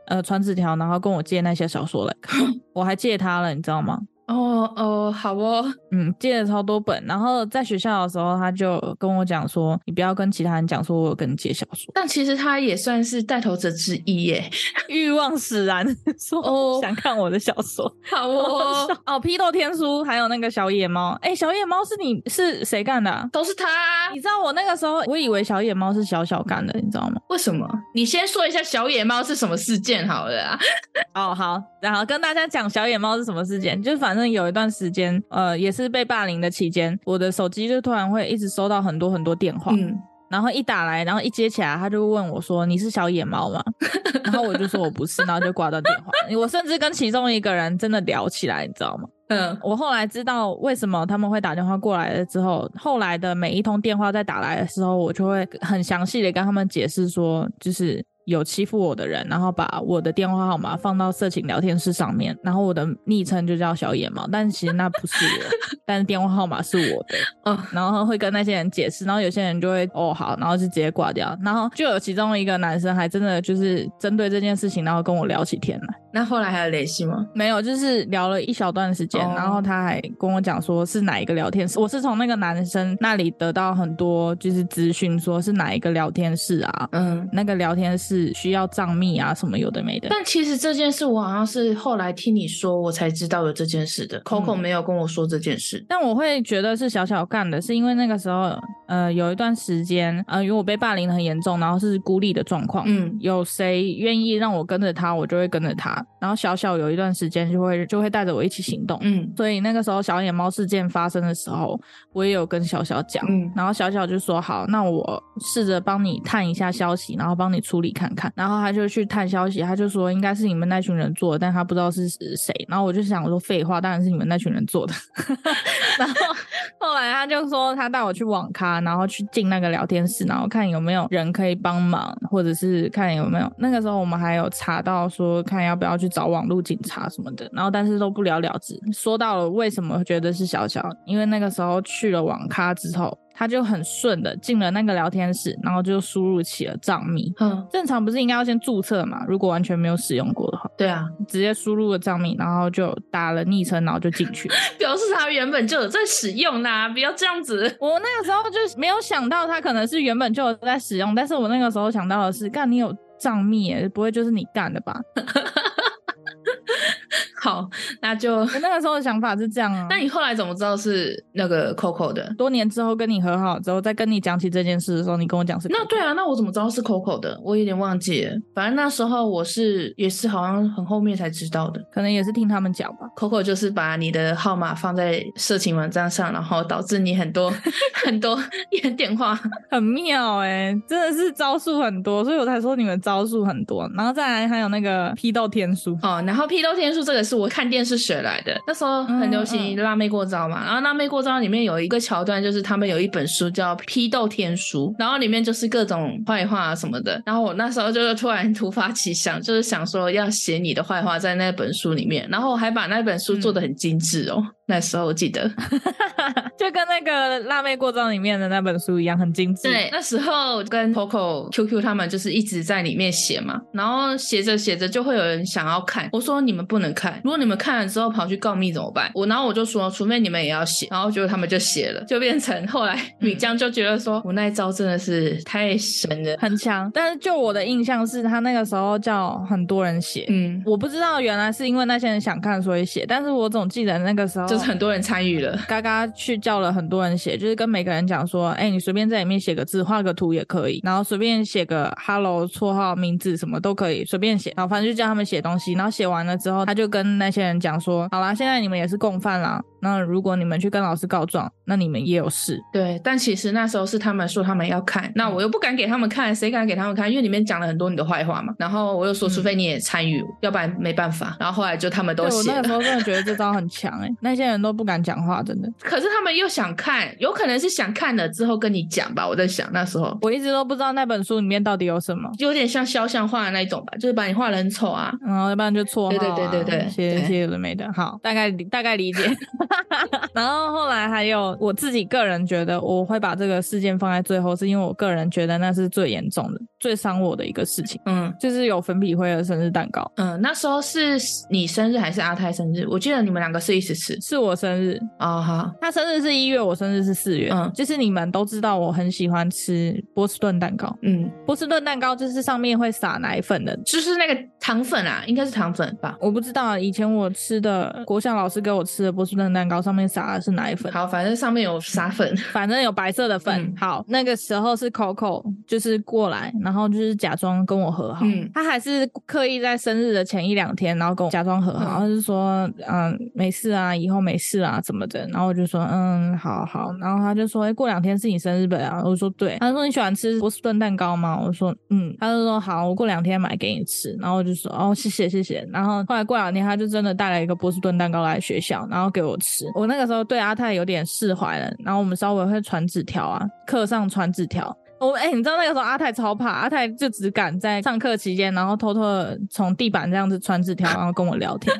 S3: 呃，传纸条，然后跟我借那些小说来看。 我还借他了，你知道吗？
S4: 哦哦，好哦，
S3: 嗯，借了超多本。然后在学校的时候，他就跟我讲说，你不要跟其他人讲说我有跟你借小说，
S4: 但其实他也算是带头者之一耶。
S3: 欲望使然，说、
S4: 哦
S3: 想看我的小说。
S4: 好
S3: 哦
S4: 哦，，
S3: 批斗天书，还有那个小野猫。哎、小野猫是你是谁干的啊、
S4: 都是他啊
S3: 你。知道我那个时候，我以为小野猫是小小干的，你知道吗？
S4: 为什么？你先说一下小野猫是什么事件好了啊？
S3: 哦，好，然后跟大家讲小野猫是什么事件，就是反正有一段时间，呃，也是被霸凌的期间，我的手机就突然会一直收到很多很多电话，
S4: 嗯，
S3: 然后一打来，然后一接起来，他就问我说：“你是小野猫吗？” 然后我就说我不是，然后就挂断电话。我甚至跟其中一个人真的聊起来，你知道吗？
S4: 嗯，
S3: 我后来知道为什么他们会打电话过来了之后，后来的每一通电话在打来的时候，我就会很详细的跟他们解释说，就是有欺负我的人，然后把我的电话号码放到色情聊天室上面，然后我的昵称就叫小野猫，但其实那不是我，但是电话号码是我的。
S4: 哦，
S3: 然后会跟那些人解释，然后有些人就会哦好，然后就直接挂掉。然后就有其中一个男生还真的就是针对这件事情，然后跟我聊起天来。
S4: 那后来还有联系吗？
S3: 没有，就是聊了一小段时间，
S4: 哦
S3: 然后他还跟我讲说是哪一个聊天室，我是从那个男生那里得到很多就是资讯，说是哪一个聊天室啊，
S4: 嗯，
S3: 那个聊天室需要账密啊什么有的没的。
S4: 但其实这件事，我好像是后来听你说，我才知道有这件事的。Coco 没有跟我说这件事。
S3: 但我会觉得是小小干的，是因为那个时候，呃，有一段时间，呃，因为我被霸凌的很严重，然后是孤立的状况，
S4: 嗯
S3: 有谁愿意让我跟着他，我就会跟着他。然后小小有一段时间就会就会带着我一起行动，
S4: 嗯
S3: 所以那个时候小野猫事件发生的时候，我也有跟小小讲，
S4: 嗯
S3: 然后小小就说好，那我试着帮你探一下消息，然后帮你处理看看。然后他就去探消息，他就说应该是你们那群人做的，但他不知道是谁。然后我就想我说废话，当然是你们那群人做的。然后后来他就说他带我去网咖，然后去进那个聊天室，然后看有没有人可以帮忙，或者是看有没有那个时候我们还有查到说看要不要去找网络警察什么的，然后但是都不了了之。说到了为什么觉得是小小，因为那个时候去了网咖之后，他就很顺的进了那个聊天室，然后就输入起了账密。
S4: 嗯，
S3: 正常不是应该要先注册嘛？如果完全没有使用过的话，
S4: 对啊，
S3: 直接输入了账密，然后就打了昵称，然后就进去。
S4: 表示他原本就有在使用啦，不要这样子。
S3: 我那个时候就是没有想到它可能是原本就有在使用，但是我那个时候想到的是，干你有账密耶，不会就是你干的吧？
S4: 好，那就
S3: 我那个时候的想法是这样啊。
S4: 那你后来怎么知道是那个 Coco 的？
S3: 多年之后跟你和好之后，再跟你讲起这件事的时候，你跟我讲是
S4: 那对啊，那我怎么知道是 Coco 的？我有点忘记了。反正那时候我是也是好像很后面才知道的。
S3: 可能也是听他们讲吧。
S4: Coco 就是把你的号码放在色情网站上，然后导致你很多 很多一电话。
S3: 很妙哎、真的是招数很多，所以我才说你们招数很多。然后再来还有那个批斗天书，
S4: 哦，然后批斗天书这个是我看电视学来的，那时候很流
S3: 嗯
S4: 行辣妹过招嘛，然后辣妹过招里面有一个桥段，就是他们有一本书叫《批斗天书》，然后里面就是各种坏话什么的，然后我那时候就是突然突发奇想，
S3: 嗯
S4: 就是想说要写你的坏话在那本书里面，然后我还把那本书做的很精致哦。那时候我记得，
S3: 就跟那个《辣妹过招》里面的那本书一样，很精致。
S4: 对，，嗯那时候跟 Coco、QQ 他们就是一直在里面写嘛，然后写着写着就会有人想要看，我说你们不能看，如果你们看了之后跑去告密怎么办？我然后我就说，除非你们也要写，然后结果他们就写了，就变成后
S3: 嗯
S4: 来米江就觉得说我那一招真的是太神了，
S3: 很强。但是就我的印象是，他那个时候叫很多人写，
S4: 嗯，
S3: 我不知道原来是因为那些人想看所以写，但是我总记得那个时候
S4: 就是很多人参与了。
S3: 嘎嘎去叫了很多人写，就是跟每个人讲说，哎、你随便在里面写个字，画个图也可以，然后随便写个 hello 绰号、名字什么都可以，随便写。然后反正就叫他们写东西，然后写完了之后，他就跟那些人讲说，好啦，现在你们也是共犯啦，那如果你们去跟老师告状，那你们也有事。
S4: 对，但其实那时候是他们说他们要看，那
S3: 嗯
S4: 我又不敢给他们看，谁敢给他们看？因为里面讲了很多你的坏话嘛。然后我又说，
S3: 嗯
S4: 除非你也参与，要不然没办法。然后后来就他们都
S3: 对我
S4: 写
S3: 那个时
S4: 了，
S3: 候真的觉得这招很强哎、 那些人都不敢讲话，真的。
S4: 可是他们又想看，有可能是想看了之后跟你讲吧。我在想那时候
S3: 我一直都不知道那本书里面到底有什么，
S4: 有点像肖像画的那一种吧，就是把你画的很丑啊。
S3: 然后要不然就绰号、啊，
S4: 对对对对对
S3: 写
S4: 对
S3: 写有的没的，好，大概理大概理解。然后后来还有我自己个人觉得，我会把这个事件放在最后，是因为我个人觉得那是最严重的、最伤我的一个事情，
S4: 嗯
S3: 就是有粉笔灰的生日蛋糕，
S4: 嗯，那时候是你生日还是阿泰生日？我记得你们两个是一起吃
S3: 是我生日，
S4: 哦，好，
S3: 他生日是一月，我生日是四月，
S4: 嗯
S3: 就是你们都知道我很喜欢吃波士顿蛋糕，
S4: 嗯，
S3: 波士顿蛋糕就是上面会撒奶粉的
S4: 就是那个糖粉啊，应该是糖粉吧。
S3: 我不知道，以前我吃的国小老师给我吃的波士顿蛋糕上面撒的是奶粉，
S4: 好，反正上面有撒粉。
S3: 反正有白色的粉。
S4: 嗯
S3: 好，那个时候是 Coco 就是过来，然后就是假装跟我和好，
S4: 嗯
S3: 他还是刻意在生日的前一两天，然后跟我假装和好，
S4: 嗯
S3: 然后就说嗯没事啊，以后没事啊怎么的，然后我就说嗯好好，然后他就说哎、过两天是你生日本啊，我说对，他说你喜欢吃波士顿蛋糕吗？我说嗯，他就说好，我过两天买给你吃，然后我就说哦谢谢谢谢，然后后来过两天他就真的带了一个波士顿蛋糕来学校，然后给我吃，我那个时候对阿泰有点释怀了，然后我们稍微会传纸条啊，课上传纸条，我哎、你知道那个时候阿泰超怕，阿泰就只敢在上课期间，然后偷偷的从地板这样子传纸条，然后跟我聊 天。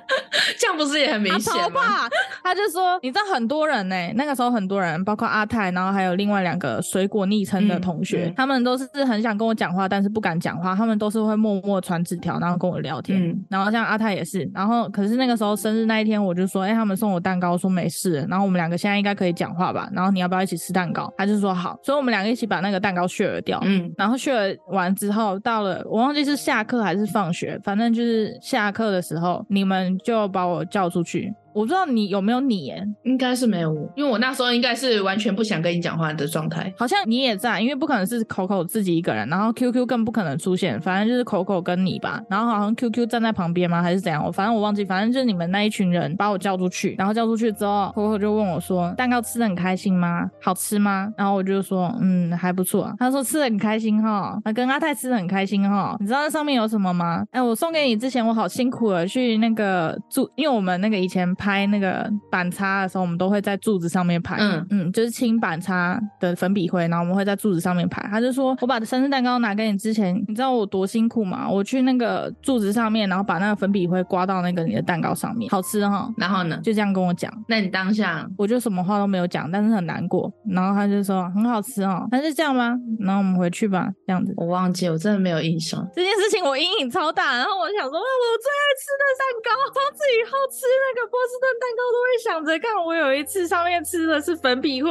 S4: 这样不是也很明
S3: 他
S4: 显
S3: 超
S4: 吗？
S3: 怕，他就说，你知道很多人呢、那个时候很多人，包括阿泰，然后还有另外两个水果昵称的同学，
S4: 嗯嗯
S3: 他们都是很想跟我讲话，但是不敢讲话，他们都是会默默传纸条，然后跟我聊天。
S4: 嗯
S3: 然后像阿泰也是，然后可是那个时候生日那一天，我就说，哎、他们送我蛋糕，说没事，然后我们两个现在应该可以讲话吧？然后你要不要一起吃蛋糕？他就说好，所以我们两个一起把那个蛋糕削了掉。
S4: 嗯，
S3: 然后去了完之后，到了我忘记是下课还是放学，反正就是下课的时候，你们就把我叫出去。我不知道你有没有你耶，
S4: 应该是没有我，因为我那时候应该是完全不想跟你讲话的状态。
S3: 好像你也在，因为不可能是 Coco 自己一个人，然后 QQ 更不可能出现，反正就是 Coco 跟你吧，然后好像 QQ 站在旁边吗，还是怎样？我反正我忘记，反正就是你们那一群人把我叫出去，然后叫出去之后，Coco 就问我说：“蛋糕吃的很开心吗？好吃吗？”然后我就说：“嗯，还不错啊。”他说：“吃的很开心哈，啊，跟阿泰吃的很开心哈。你知道那上面有什么吗？哎，我送给你之前，我好辛苦了，去那个柱，因为我们那个以前拍那个板擦的时候，我们都会在柱子上面拍，
S4: 嗯
S3: 嗯，就是清板擦的粉笔灰，然后我们会在柱子上面排。他就说，我把生日蛋糕拿给你之前，你知道我多辛苦吗？我去那个柱子上面，然后把那个粉笔灰刮到那个你的蛋糕上面，好吃哈。
S4: 然后呢？
S3: 就这样跟我讲，
S4: 那你当下
S3: 我就什么话都没有讲，但是很难过。然后他就说很好吃哦，那就这样吗？然后我们回去吧，这样子。
S4: 我忘记，我真的没有印象。
S3: 这件事情我阴影超大，然后我想说，啊我最爱吃的蛋糕，从此以后吃那个波士顿蛋糕都会想着，看我有一次上面吃的是粉笔灰，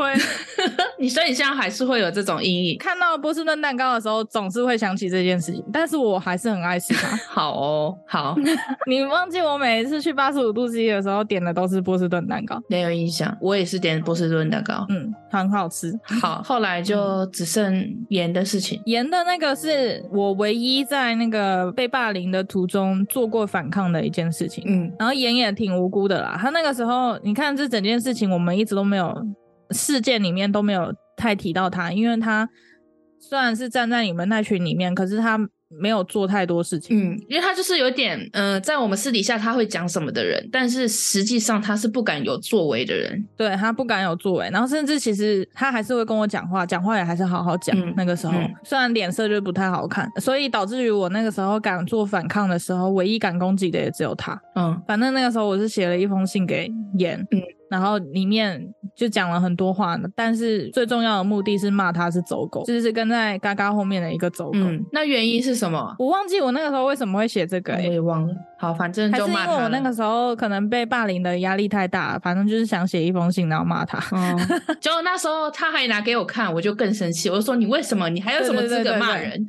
S4: 你所以你现在还是会有这种阴影。
S3: 看到波士顿蛋糕的时候，总是会想起这件事情，但是我还是很爱吃 它。
S4: 好哦，好，
S3: 你忘记我每一次去八十五度 C 的时候点的都是波士顿蛋糕，
S4: 没有印象。我也是点波士顿蛋糕。
S3: 嗯，很好吃。
S4: 好，后来就只剩盐的事情。
S3: 盐的那个是我唯一在那个被霸凌的途中做过反抗的一件事情。
S4: 嗯，
S3: 然后妍也挺无辜的啦。她那个时候，你看这整件事情，我们一直都没有事件里面都没有太提到她，因为她虽然是站在你们那群里面，可是她没有做太多事情。
S4: 嗯，因为他就是有点，呃，在我们私底下他会讲什么的人，但是实际上他是不敢有作为的人。
S3: 对她不敢有作为，然后甚至其实她还是会跟我讲话，讲话也还是好好讲。
S4: 嗯
S3: 那个时候、
S4: 嗯
S3: 虽然脸色就不太好看，所以导致于我那个时候敢做反抗的时候，唯一敢攻击的也只有她。
S4: 嗯
S3: 反正那个时候我是写了一封信给妍，
S4: 嗯
S3: 然后里面就讲了很多话，但是最重要的目的是骂他是走狗，就是跟在嘎嘎后面的一个走狗。
S4: 嗯，那原因是什么？
S3: 我忘记我那个时候为什么会写这个、
S4: 我
S3: 欸，
S4: 也忘了。好，反正
S3: 还
S4: 就是
S3: 因
S4: 骂
S3: 为
S4: 他
S3: 我
S4: 了。
S3: 那个时候可能被霸凌的压力太大，反正就是想写一封信，然后骂他。
S4: 哦，结果那时候他还拿给我看，我就更生气。我就说你为什么？你还有什么资格骂人？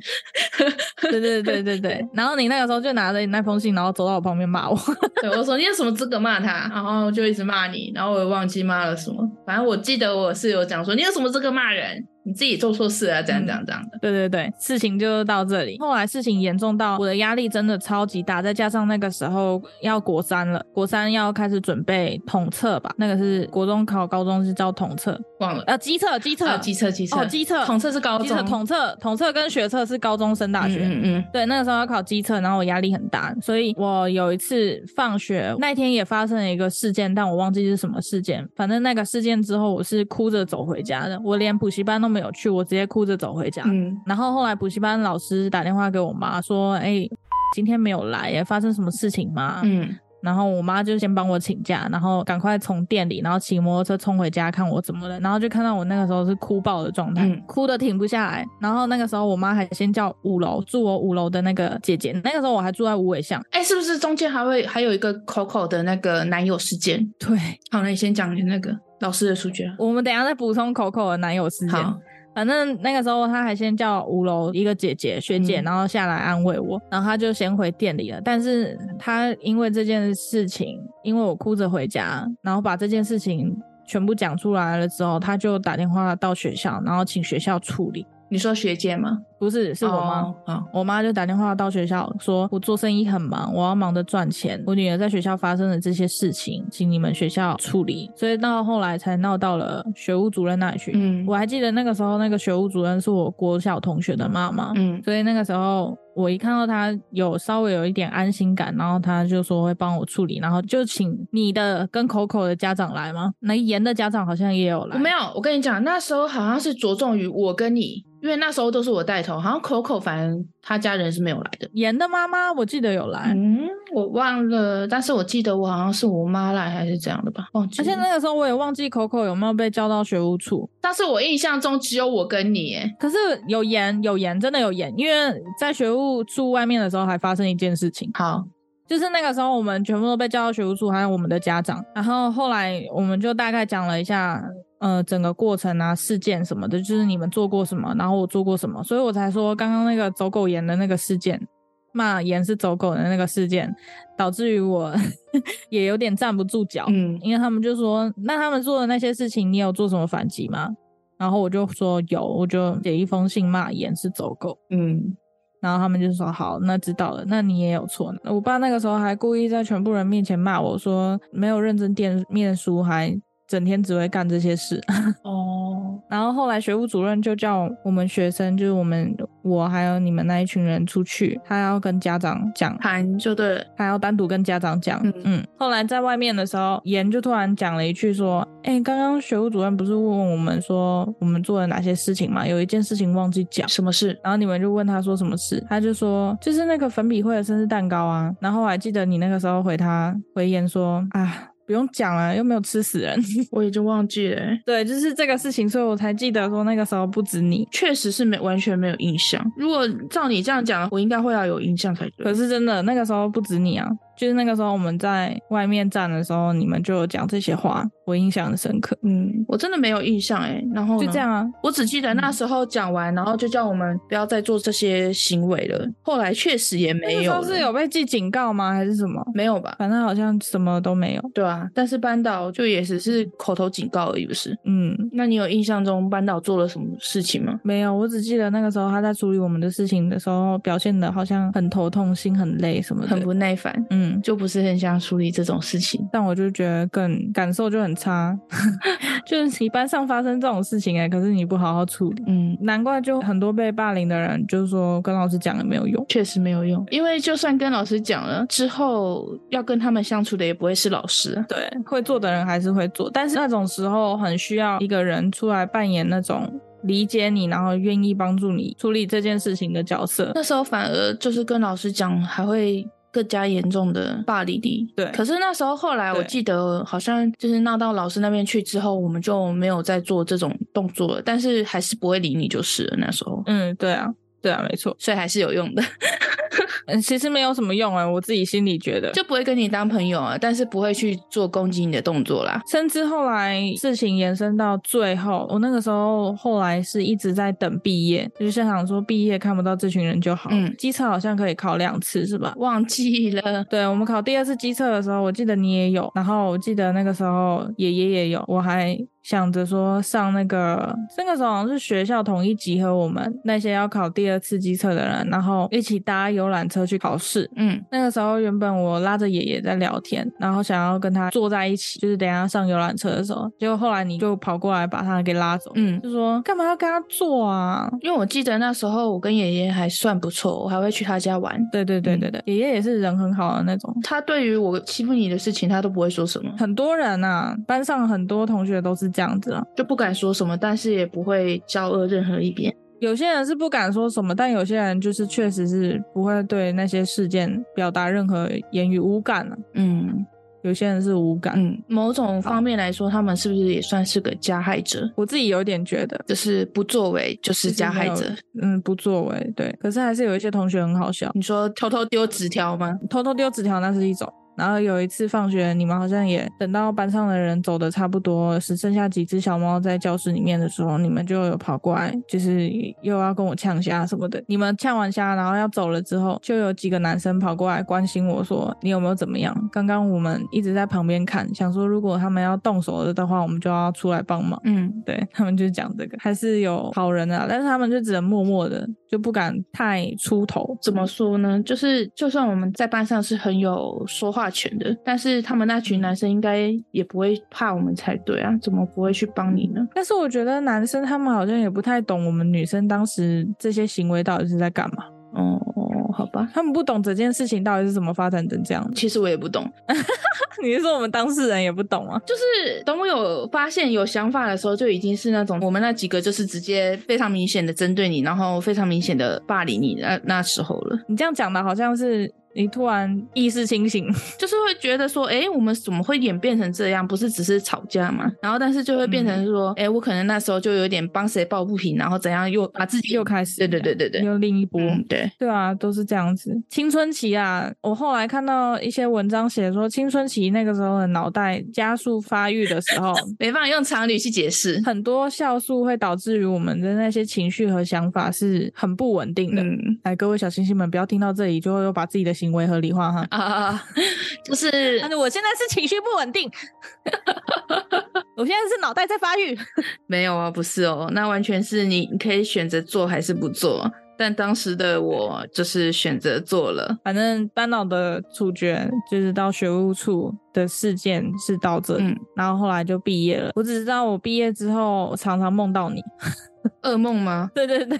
S3: 对对对对 对。然后你那个时候就拿着你那封信，然后走到我旁边骂我。
S4: 对，我说你有什么资格骂他？然后就一直骂你，然后我也忘记骂了什么。反正我记得我是有讲说你有什么资格骂人？你自己做错事啊，这样这样这样的。
S3: 对对对，事情就到这里。后来事情严重到我的压力真的超级大，再加上那个时候要国三了，国三要开始准备统测吧，那个是国中考高中是叫统测，
S4: 忘了，
S3: 呃，机测机测
S4: 哦机测机测
S3: 哦机测
S4: 统测是高中
S3: 机测统测统测跟学测是高中升大学。
S4: 嗯嗯嗯，
S3: 对，那个时候要考机测，然后我压力很大，所以我有一次放学那天也发生了一个事件，但我忘记是什么事件。反正那个事件之后，我是哭着走回家的，我连补习班都没有去，我直接哭着走回家。
S4: 嗯
S3: 然后后来补习班老师打电话给我妈说：“哎、今天没有来耶，发生什么事情吗？”
S4: 嗯，
S3: 然后我妈就先帮我请假，然后赶快从店里，然后骑摩托车冲回家看我怎么了，然后就看到我那个时候是哭爆的状态，
S4: 嗯
S3: 哭的停不下来。然后那个时候我妈还先叫五楼住我五楼的那个姐姐，那个时候我还住在五尾巷。
S4: 哎、是不是中间还会还有一个 Coco 的那个男友事件？
S3: 对，
S4: 好，那你先讲你那个老师的数据啊。
S3: 我们等一下再补充 Coco 的男友事件。
S4: 好，
S3: 反正那个时候他还先叫五楼一个姐姐学姐，
S4: 嗯
S3: 然后下来安慰我，然后他就先回店里了。但是他因为这件事情，因为我哭着回家，然后把这件事情全部讲出来了之后，他就打电话到学校，然后请学校处理。
S4: 你说学姐吗？
S3: 不是，是我妈。
S4: 哦好，
S3: 我妈就打电话到学校说，我做生意很忙，我要忙着赚钱。我女儿在学校发生的这些事情，请你们学校处理。所以到后来才闹到了学务主任那里去。
S4: 嗯
S3: 我还记得那个时候，那个学务主任是我国小同学的妈妈，
S4: 嗯
S3: 所以那个时候我一看到她有稍微有一点安心感，然后她就说会帮我处理，然后就请你的跟 Coco 的家长来吗？那严的家长好像也有来，
S4: 我没有，我跟你讲，那时候好像是着重于我跟你，因为那时候都是我带头，好像 Coco 反正他家人是没有来的。
S3: 严的妈妈我记得有来，
S4: 嗯，我忘了，但是我记得我好像是我妈来还是怎样的吧，忘记
S3: 而且
S4: 了。
S3: 那个时候我也忘记 Coco 有没有被叫到学务处，
S4: 但是我印象中只有我跟你，哎，
S3: 可是有盐有盐，真的有盐，因为在学务处外面的时候还发生一件事情，
S4: 好，
S3: 就是那个时候我们全部都被叫到学务处，还有我们的家长，然后后来我们就大概讲了一下。呃，整个过程啊，事件什么的，就是你们做过什么，然后我做过什么，所以我才说刚刚那个走狗盐的那个事件，骂盐是走狗的那个事件，导致于我 也有点站不住脚。
S4: 嗯
S3: 因为他们就说，那他们做的那些事情，你有做什么反击吗？然后我就说有，我就写一封信骂严是走狗。
S4: 嗯，
S3: 然后他们就说好，那知道了，那你也有错。我爸那个时候还故意在全部人面前骂我说没有认真念念书，还整天只会干这些事。
S4: 哦，
S3: 然后后来学务主任就叫我们学生，就是我们我还有你们那一群人出去，他要跟家长讲
S4: 盘就对了，
S3: 还要单独跟家长讲。
S4: 嗯
S3: 嗯后来在外面的时候，严就突然讲了一句说：“哎、刚刚学务主任不是问我们说我们做了哪些事情吗？有一件事情忘记讲。”
S4: 什么事？
S3: 然后你们就问他说什么事，他就说就是那个粉笔会的生日蛋糕啊。然后我还记得你那个时候回他回言说啊，不用讲了，又没有吃死人。
S4: 我已经忘记了，哎
S3: 对，就是这个事情，所以我才记得说那个时候不止你，
S4: 确实是没完全没有印象。如果照你这样讲，我应该会要有印象才对。
S3: 可是真的那个时候不止你啊，就是那个时候我们在外面站的时候，你们就有讲这些话，我印象很深刻。
S4: 嗯，我真的没有印象哎。然后
S3: 就
S4: 呢
S3: 这样，啊，
S4: 我只记得那时候讲完，然后就叫我们不要再做这些行为了。后来确实也
S3: 那
S4: 没
S3: 个时
S4: 有
S3: 候
S4: 了，
S3: 是有被记警告吗？还是什么？
S4: 没有吧？
S3: 反正好像什么都没有。
S4: 对啊，但是班导就也只是口头警告而已，不是？
S3: 嗯，
S4: 那你有印象中班导做了什么事情吗？
S3: 没有，我只记得那个时候他在处理我们的事情的时候，表现的好像很头痛、心很累什么的。
S4: 很不耐烦，
S3: 嗯，
S4: 就不是很想处理这种事情。
S3: 但我就觉得更感受就很 差，就是你班上发生这种事情哎、可是你不好好处理，
S4: 嗯，
S3: 难怪就很多被霸凌的人就是说跟老师讲也没有用。
S4: 确实没有用，因为就算跟老师讲了之后，要跟他们相处的也不会是老师啊。
S3: 对，会做的人还是会做，但是那种时候很需要一个人出来扮演那种理解你，然后愿意帮助你处理这件事情的角色。
S4: 那时候反而就是跟老师讲，还会更加严重的霸凌你。
S3: 对
S4: 可是那时候后来我
S3: 对
S4: 记得好像就是闹到老师那边去之后，我们就没有再做这种动作了，但是还是不会理你就是了。那时候，
S3: 嗯，对啊，对啊，没错。
S4: 所以还是有用的，
S3: 嗯，其实没有什么用啊，我自己心里觉得。
S4: 就不会跟你当朋友啊，但是不会去做攻击你的动作啦。
S3: 甚至后来事情延伸到最后，我那个时候后来是一直在等毕业，就是想说毕业看不到这群人就好了。
S4: 嗯
S3: 机测好像可以考两次是吧？
S4: 忘记了，
S3: 对我们考第二次机测的时候，我记得你也有，然后我记得那个时候爷爷也有，我还想着说上那个，那个时候好像是学校统一集合我们那些要考第二次机测的人，然后一起搭游览车去考试。
S4: 嗯
S3: 那个时候原本我拉着爷爷在聊天，然后想要跟他坐在一起，就是等一下上游览车的时候，结果后来你就跑过来把他给拉走，
S4: 嗯。
S3: 就说干嘛要跟他坐啊？
S4: 因为我记得那时候我跟爷爷还算不错，我还会去他家玩。
S3: 对对对对
S4: 嗯
S3: 对，爷爷也是人很好的那种。
S4: 他对于我欺负你的事情，他都不会说什么，
S3: 很多人啊，班上很多同学都是这样子啊。
S4: 就不敢说什么，但是也不会骄傲任何一边。
S3: 有些人是不敢说什么，但有些人就是确实是不会对那些事件表达任何言语，无感啊。
S4: 嗯
S3: 有些人是无感，
S4: 嗯，某种方面来说，他们是不是也算是个加害者？
S3: 我自己有点觉得
S4: 就是不作为就是加害
S3: 就
S4: 者
S3: 是。没有嗯，不作为对。可是还是有一些同学很好笑，
S4: 你说偷偷丢纸条吗？
S3: 偷偷丢纸条那是一种。然后有一次放学，你们好像也等到班上的人走的差不多，只剩下几只小猫在教室里面的时候，你们就有跑过来，就是又要跟我呛虾什么的。你们呛完虾，然后要走了之后，就有几个男生跑过来关心我说：“你有没有怎么样？”刚刚我们一直在旁边看，想说如果他们要动手的话，我们就要出来帮忙。
S4: 嗯，
S3: 对他们就讲这个，还是有好人啊，但是他们就只能默默的，就不敢太出头。嗯
S4: 怎么说呢？就是就算我们在班上是很有说话权的，但是他们那
S3: 嗯
S4: 群男生应该也不会怕我们才对啊，怎么不会去帮你呢？
S3: 但是我觉得男生他们好像也不太懂我们女生当时这些行为到底是在干嘛，
S4: 哦，好吧。
S3: 他们不懂这件事情到底是怎么发展成这样的。
S4: 其实我也不懂，
S3: 你是说我们当事人也不懂吗？
S4: 就是等我有发现有想法的时候，就已经是那种我们那几个就是直接非常明显的针对你，然后非常明显的霸凌你那那时候了，
S3: 你这样讲的好像是你突然意识清醒，
S4: 就是会觉得说，哎，我们怎么会演变成这样？不是只是吵架嘛？然后但是就会变成说，哎、我可能那时候就有点帮谁抱不平，然后怎样又把自己
S3: 又开始
S4: 对对对对对，
S3: 又另一波。
S4: 嗯对，
S3: 对啊，都是这样子。青春期啊，我后来看到一些文章写说，青春期那个时候的脑袋加速发育的时候，
S4: 没办法用常理去解释。
S3: 很多酵素会导致于我们的那些情绪和想法是很不稳定的。
S4: 嗯
S3: 哎，各位小星星们，不要听到这里就又把自己的行为合理化哈。
S4: 啊，就是
S3: 但是我现在是情绪不稳定， 我现在是脑袋在发育。
S4: 没有啊，不是哦，那完全是你你可以选择做还是不做。但当时的我就是选择做了，
S3: 反正班导的处决就是到学务处的事件是到这里，
S4: 嗯
S3: 然后后来就毕业了。我只知道我毕业之后，我常常梦到你。
S4: 噩梦吗？
S3: 对对对，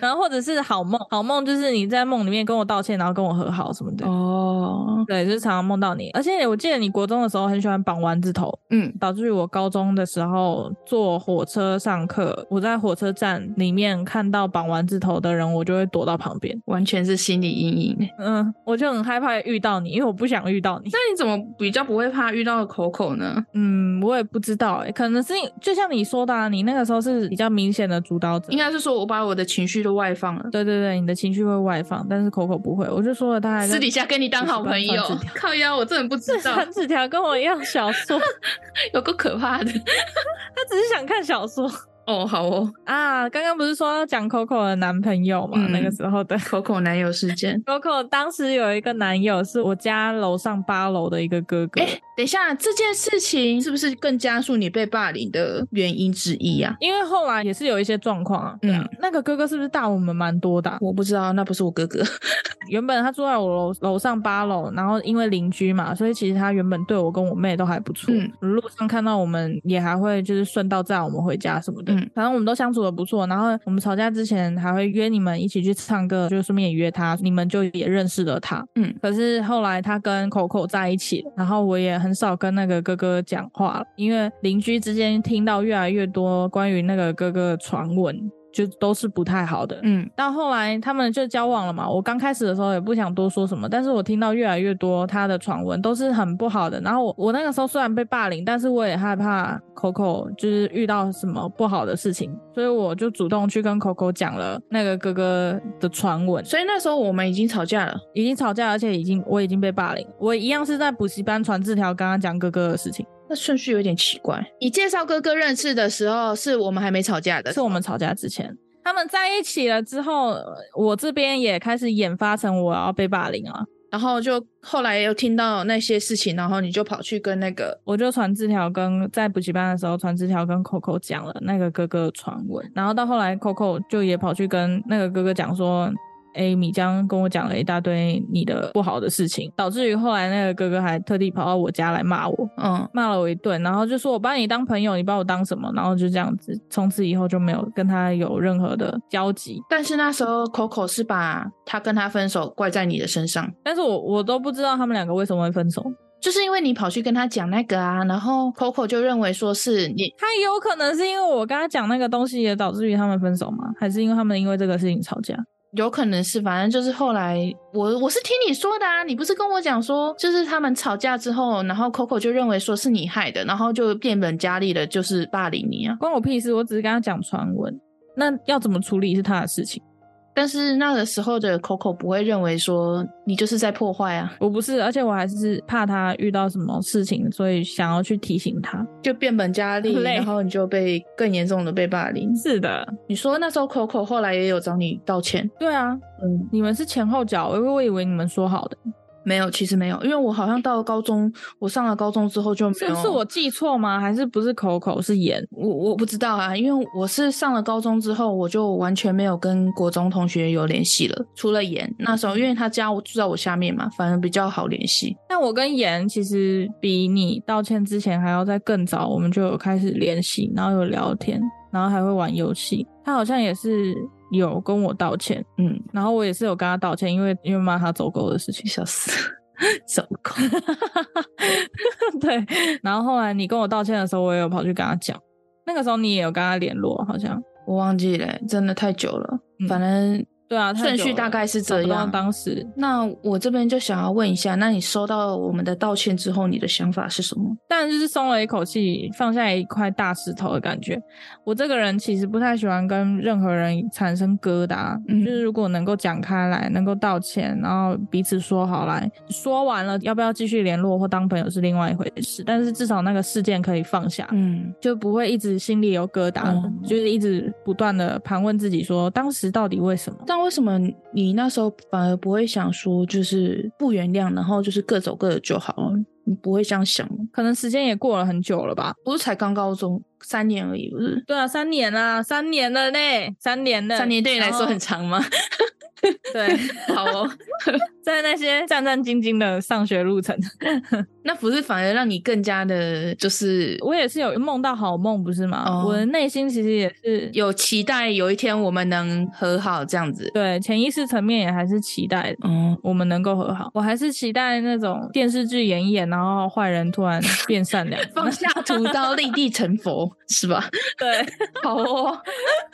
S3: 然后或者是好梦，好梦就是你在梦里面跟我道歉，然后跟我和好什么的。
S4: 哦，
S3: 对，就是常常梦到你，而且我记得你国中的时候很喜欢绑丸子头，
S4: 嗯，
S3: 导致于我高中的时候坐火车上课，我在火车站里面看到绑丸子头的人，我就会躲到旁边。
S4: 完全是心理阴影欸。
S3: 嗯，我就很害怕遇到你，因为我不想遇到你
S4: 那。你怎么比较不会怕遇到口口呢？
S3: 嗯，我也不知道哎、可能是因就像你说的、啊，你那个时候是比较明显的主导者
S4: 应。该是说我把我的情绪都外放了，
S3: 对对对，你的情绪会外放，但是口口不会。我就说了，他还在
S4: 私底下跟你当好朋友
S3: 补习班传纸。条
S4: 靠腰，我真的不知
S3: 这
S4: 道，
S3: 传纸条跟我一样小说， 他
S4: 有够可怕的。
S3: 只是想看小说
S4: 哦，好哦，
S3: 啊。刚刚不是说要讲 Coco 的男朋友嘛？
S4: 嗯
S3: 那个时候的
S4: 口口男友事件。
S3: Coco 当时有一个男友是我家楼上八楼的一个哥哥，
S4: 哎，等一下，这件事情是不是更加速你被霸凌的原因之一啊？
S3: 因为后来也是有一些状况啊。对啊那个哥哥是不是大我们蛮多的啊、
S4: 我不知道，那不是我哥 哥。
S3: 原本他住在我楼楼上八楼，然后因为邻居嘛，所以其实他原本对我跟我妹都还不错。
S4: 嗯
S3: 路上看到我们也还会就是顺道载我们回家什么的，
S4: 嗯
S3: 反正我们都相处的不错。然后我们吵架之前还会约你们一起去唱歌，就顺便也约他，你们就也认识了他。
S4: 嗯，
S3: 可是后来他跟口口在一起了，然后我也很少跟那个哥哥讲话了，因为邻居之间听到越来越多关于那个哥哥的传闻。就都是不太好的。
S4: 嗯，
S3: 到后来他们就交往了嘛。我刚开始的时候也不想多说什么，但是我听到越来越多他的传闻都是很不好的。然后我我那个时候虽然被霸凌，但是我也害怕 Coco 就是遇到什么不好的事情，所以我就主动去跟 Coco 讲了那个哥哥的传闻。
S4: 所以那时候我们已经吵架了。
S3: 已经吵架，而且已经我已经被霸凌，我一样是在补习班传字条，刚刚讲哥哥的事情，
S4: 那顺序有点奇怪。你介绍哥哥认识的时候，是我们还没吵架的，
S3: 是我们吵架之前。他们在一起了之后，呃我这边也开始演发成我要被霸凌啊，
S4: 然后就后来又听到那些事情，然后你就跑去跟那个
S3: 我就传字条跟在补习班的时候传字条跟 Coco 讲了那个哥哥的传闻，然后到后来 Coco 就也跑去跟那个哥哥讲说。诶，米江跟我讲了一大堆你的不好的事情，导致于后来那个哥哥还特地跑到我家来骂我，
S4: 嗯，
S3: 骂了我一顿，然后就说我把你当朋友，你把我当什么？然后就这样子，从此以后就没有跟他有任何的交集。
S4: 但是那时候 Coco 是把他跟他分手怪在你的身上，
S3: 但是我我都不知道他们两个为什么会分手，
S4: 就是因为你跑去跟他讲那个啊，然后 Coco 就认为说是你
S3: 他有可能是因为我跟他讲那个东西也导致于他们分手吗？还是因为他们因为这个事情吵架？
S4: 有可能是，反正就是后来我我是听你说的啊，你不是跟我讲说，就是他们吵架之后，然后 Coco 就认为说是你害的，然后就变本加厉的，就是霸凌你啊。
S3: 关我屁事！我只是跟他讲传闻，那要怎么处理是他的事情，
S4: 但是那个时候的 Coco 不会认为说你就是在破坏啊，
S3: 我不是，而且我还是怕他遇到什么事情，所以想要去提醒他。
S4: 就变本加厉，
S3: 很累
S4: 然后你就被更严重的被霸凌。
S3: 是的，
S4: 你说那时候 Coco 后来也有找你道歉，
S3: 对啊，
S4: 嗯，
S3: 你们是前后脚，因为我以为你们说好的，
S4: 没有，其实没有，因为我好像到了高中，我上了高中之后就没
S3: 是哦
S4: 有。
S3: 是我记错吗？还是不是口口是盐？
S4: 我我不知道啊，因为我是上了高中之后，我就完全没有跟国中同学有联系了，除了严。那时候因为他家住在我下面嘛，反而比较好联系。
S3: 但我跟妍其实比你道歉之前还要再更早，我们就有开始联系，然后有聊天，然后还会玩游戏。他好像也是有跟我道歉，
S4: 嗯，
S3: 然后我也是有跟他道歉，因为因为骂他走狗的事情。
S4: 笑死，走狗。
S3: 对，然后后来你跟我道歉的时候，我也有跑去跟他讲，那个时候你也有跟他联络，好像
S4: 我忘记了，真的太久了。
S3: 嗯
S4: 反正
S3: 对啊，太
S4: 顺
S3: 久
S4: 序
S3: 了
S4: 大概是
S3: 找
S4: 这
S3: 不到
S4: 样。
S3: 当时
S4: 那我这边就想要问一下，那你收到我们的道歉之后，你的想法是什么？
S3: 但就是松了一口气，放下一块大石头的感觉。我这个人其实不太喜欢跟任何人产生疙瘩，
S4: 嗯
S3: 就是如果能够讲开来，能够道歉，然后彼此说好来，说完了要不要继续联络或当朋友是另外一回事，但是至少那个事件可以放下。
S4: 嗯，
S3: 就不会一直心里有疙瘩，
S4: 嗯
S3: 就是一直不断的盘问自己说，当时到底为什么？
S4: 但为什么你那时候反而不会想说，就是不原谅，然后就是各走各的就好了？你不会这样想吗？
S3: 可能时间也过了很久了吧，
S4: 不是才刚高中三年而已，不是？
S3: 对啊，三年啦，三年了嘞，三年了，
S4: 三年对你来说很
S3: 长，
S4: 长吗？
S3: 对，
S4: 好哦，
S3: 在那些战战兢兢的上学路程，
S4: 那不是反而让你更加的，就是
S3: 我也是有梦到好梦，不是吗？
S4: 哦
S3: 我的内心其实也是
S4: 有期待有一天我们能和好这样子。
S3: 对潜意识层面也还是期待
S4: 哦，，
S3: 我们能够和好，我还是期待那种电视剧演一演，然后坏人突然变善良
S4: 放下屠刀，立地成佛，是吧？
S3: 对，
S4: 好哦，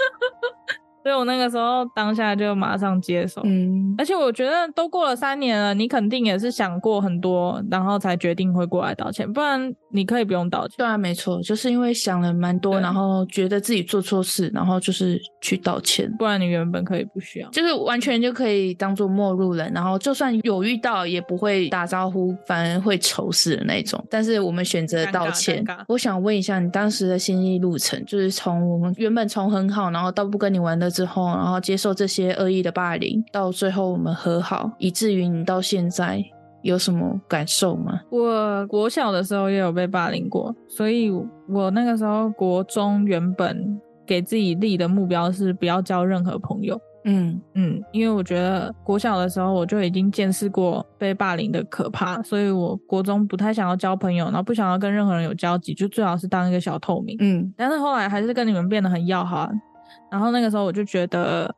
S3: 所以我那个时候当下就马上接受。
S4: 嗯，
S3: 而且我觉得都过了三年了，你肯定也是想过很多，然后才决定会过来道歉，不然你可以不用道歉。
S4: 对啊，没错，就是因为想了蛮多，
S3: 对
S4: 然后觉得自己做错事，然后就是去道歉。
S3: 不然你原本可以不需要。
S4: 就是完全就可以当做陌路人，然后就算有遇到也不会打招呼，反而会仇视的那种。但是我们选择道歉
S3: 尴尬尴尬。
S4: 我想问一下你当时的心理路程，就是从我们原本从很好，然后到不跟你玩了之后，然后接受这些恶意的霸凌，到最后我们和好，以至于你到现在有什么感受吗？
S3: 我国小的时候也有被霸凌过，所以我那个时候国中原本给自己立的目标是不要交任何朋友。
S4: 嗯
S3: 嗯，因为我觉得国小的时候我就已经见识过被霸凌的可怕，所以我国中不太想要交朋友，然后不想要跟任何人有交集，就最好是当一个小透明。
S4: 嗯
S3: 但是后来还是跟你们变得很要好啊。然后那个时候我就觉得，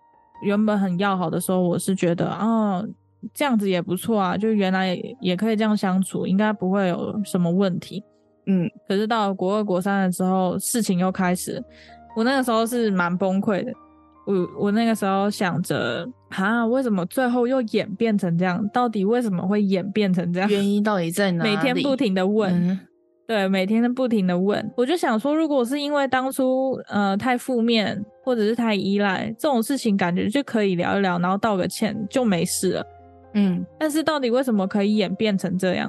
S3: 原本很要好的时候，我是觉得，哦，这样子也不错啊，就原来也可以这样相处，应该不会有什么问题。
S4: 嗯，
S3: 可是到了国二、国三的时候，事情又开始了，我那个时候是蛮崩溃的。我我那个时候想着，啊，为什么最后又演变成这样？到底为什么会演变成这样？
S4: 原因到底在哪里？
S3: 每天不停的问，
S4: 嗯
S3: 对，每天都不停的问。我就想说，如果是因为当初呃太负面或者是太依赖这种事情，感觉就可以聊一聊，然后道个歉就没事了。
S4: 嗯，
S3: 但是到底为什么可以演变成这样？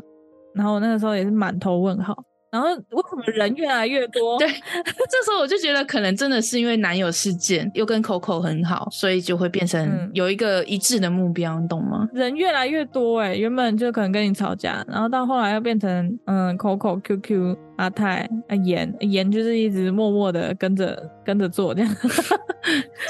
S3: 然后我那个时候也是满头问号。然后为什么人越来越多？
S4: 对这时候我就觉得可能真的是因为男友事件又跟 Coco 很好，所以就会变成
S3: 嗯
S4: 有一个一致的目标，你懂吗？
S3: 人越来越多哎、原本就可能跟你吵架，然后到后来又变成嗯，Coco、QQ、阿泰、阿妍，妍就是一直默默的跟着跟着做这样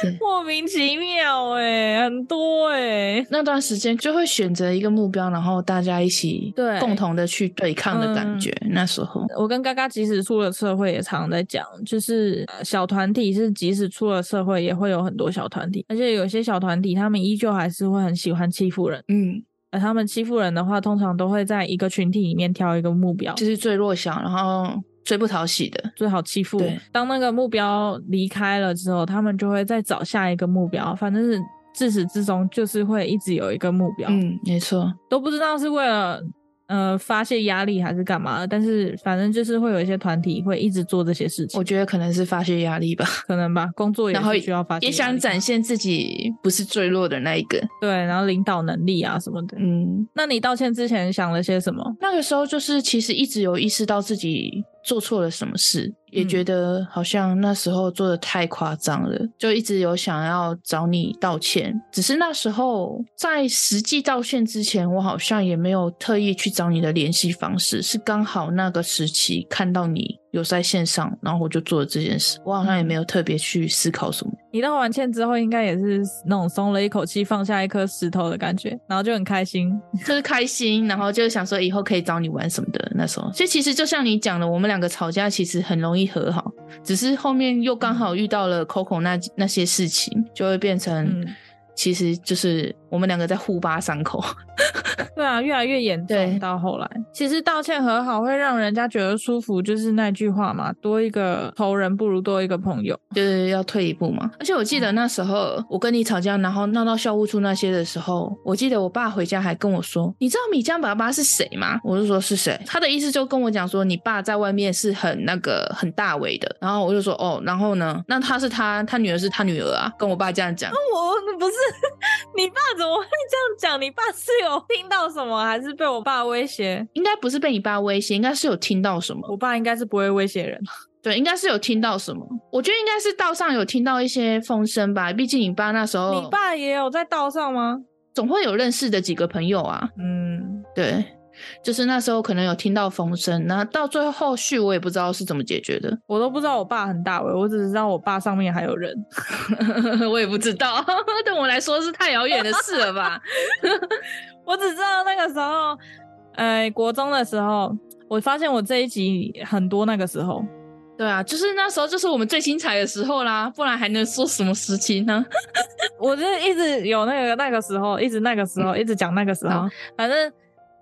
S4: 对，
S3: 莫名其妙哎、很多哎、
S4: 那段时间就会选择一个目标，然后大家一起
S3: 对嗯
S4: 共同的去对抗的感觉。那时候，
S3: 我跟嘎嘎即使出了社会也常常在讲，就是呃小团体是即使出了社会也会有很多小团体，而且有些小团体他们依旧还是会很喜欢欺负人，
S4: 嗯，
S3: 而他们欺负人的话，通常都会在一个群体里面挑一个目标，
S4: 就是最弱小，然后最不讨喜的。
S3: 最好欺负
S4: 对。
S3: 当那个目标离开了之后，他们就会再找下一个目标，反正是自始至终就是会一直有一个目标，
S4: 嗯，没错，
S3: 都不知道是为了。呃，发泄压力还是干嘛的？但是反正就是会有一些团体会一直做这些事情，
S4: 我觉得可能是发泄压力吧，
S3: 可能吧，工作也
S4: 然后
S3: 是需要发泄
S4: 也
S3: 压力吧，
S4: 想展现自己不是最弱的那一个。
S3: 对，然后领导能力啊什么的。
S4: 嗯，
S3: 那你道歉之前想了些什么？
S4: 那个时候就是其实一直有意识到自己做错了什么事，也觉得好像那时候做的太夸张了，就一直有想要找你道歉。只是那时候在实际道歉之前，我好像也没有特意去找你的联系方式，是刚好那个时期看到你有在线上，然后我就做了这件事。我好像也没有特别去思考什么。
S3: 你道完歉之后，应该也是那种松了一口气、放下一颗石头的感觉，然后就很开心。
S4: 就是开心，然后就是想说以后可以找你玩什么的那时候。所以其实就像你讲的，我们两个吵架其实很容易和好，只是后面又刚好遇到了 Coco 那那些事情，就会变成、
S3: 嗯
S4: 其实就是我们两个在互扒伤口。
S3: 对啊，越来越严
S4: 对
S3: 重。到后来，其实道歉和好会让人家觉得舒服，就是那句话嘛，多一个仇人不如多一个朋友。
S4: 就是要退一步嘛。而且我记得
S3: 嗯
S4: 那时候我跟你吵架，然后闹到校务处那些的时候，我记得我爸回家还跟我说：“你知道米江爸爸是谁吗？”我就说是谁。他的意思就跟我讲说，你爸在外面是很那个很大为的。然后我就说哦，然后呢？那他是他，他女儿是他女儿啊，跟我爸这样讲。
S3: 我不是 你爸怎么会这样讲？你爸是有听到什么，还是被我爸威胁？
S4: 应该不是被你爸威胁，应该是有听到什么。
S3: 我爸应该是不会威胁人。
S4: 对，应该是有听到什么。我觉得应该是道上有听到一些风声吧，毕竟你爸那时候
S3: 你爸也有在道上吗？
S4: 总会有认识的几个朋友啊。
S3: 嗯，
S4: 对，就是那时候可能有听到风声，那到最后后续我也不知道是怎么解决的，
S3: 我都不知道我爸很大伟，我只知道我爸上面还有人。
S4: 我也不知道，对我来说是太遥远的事了吧？
S3: 我只知道那个时候，呃，国中的时候，我发现我这一集很多那个时候，
S4: 对啊，就是那时候就是我们最精彩的时候啦，不然还能说什么时期呢？
S3: 我就一直有那个那个时候，一直那个时候，一直讲那个时候
S4: 嗯好。
S3: 反正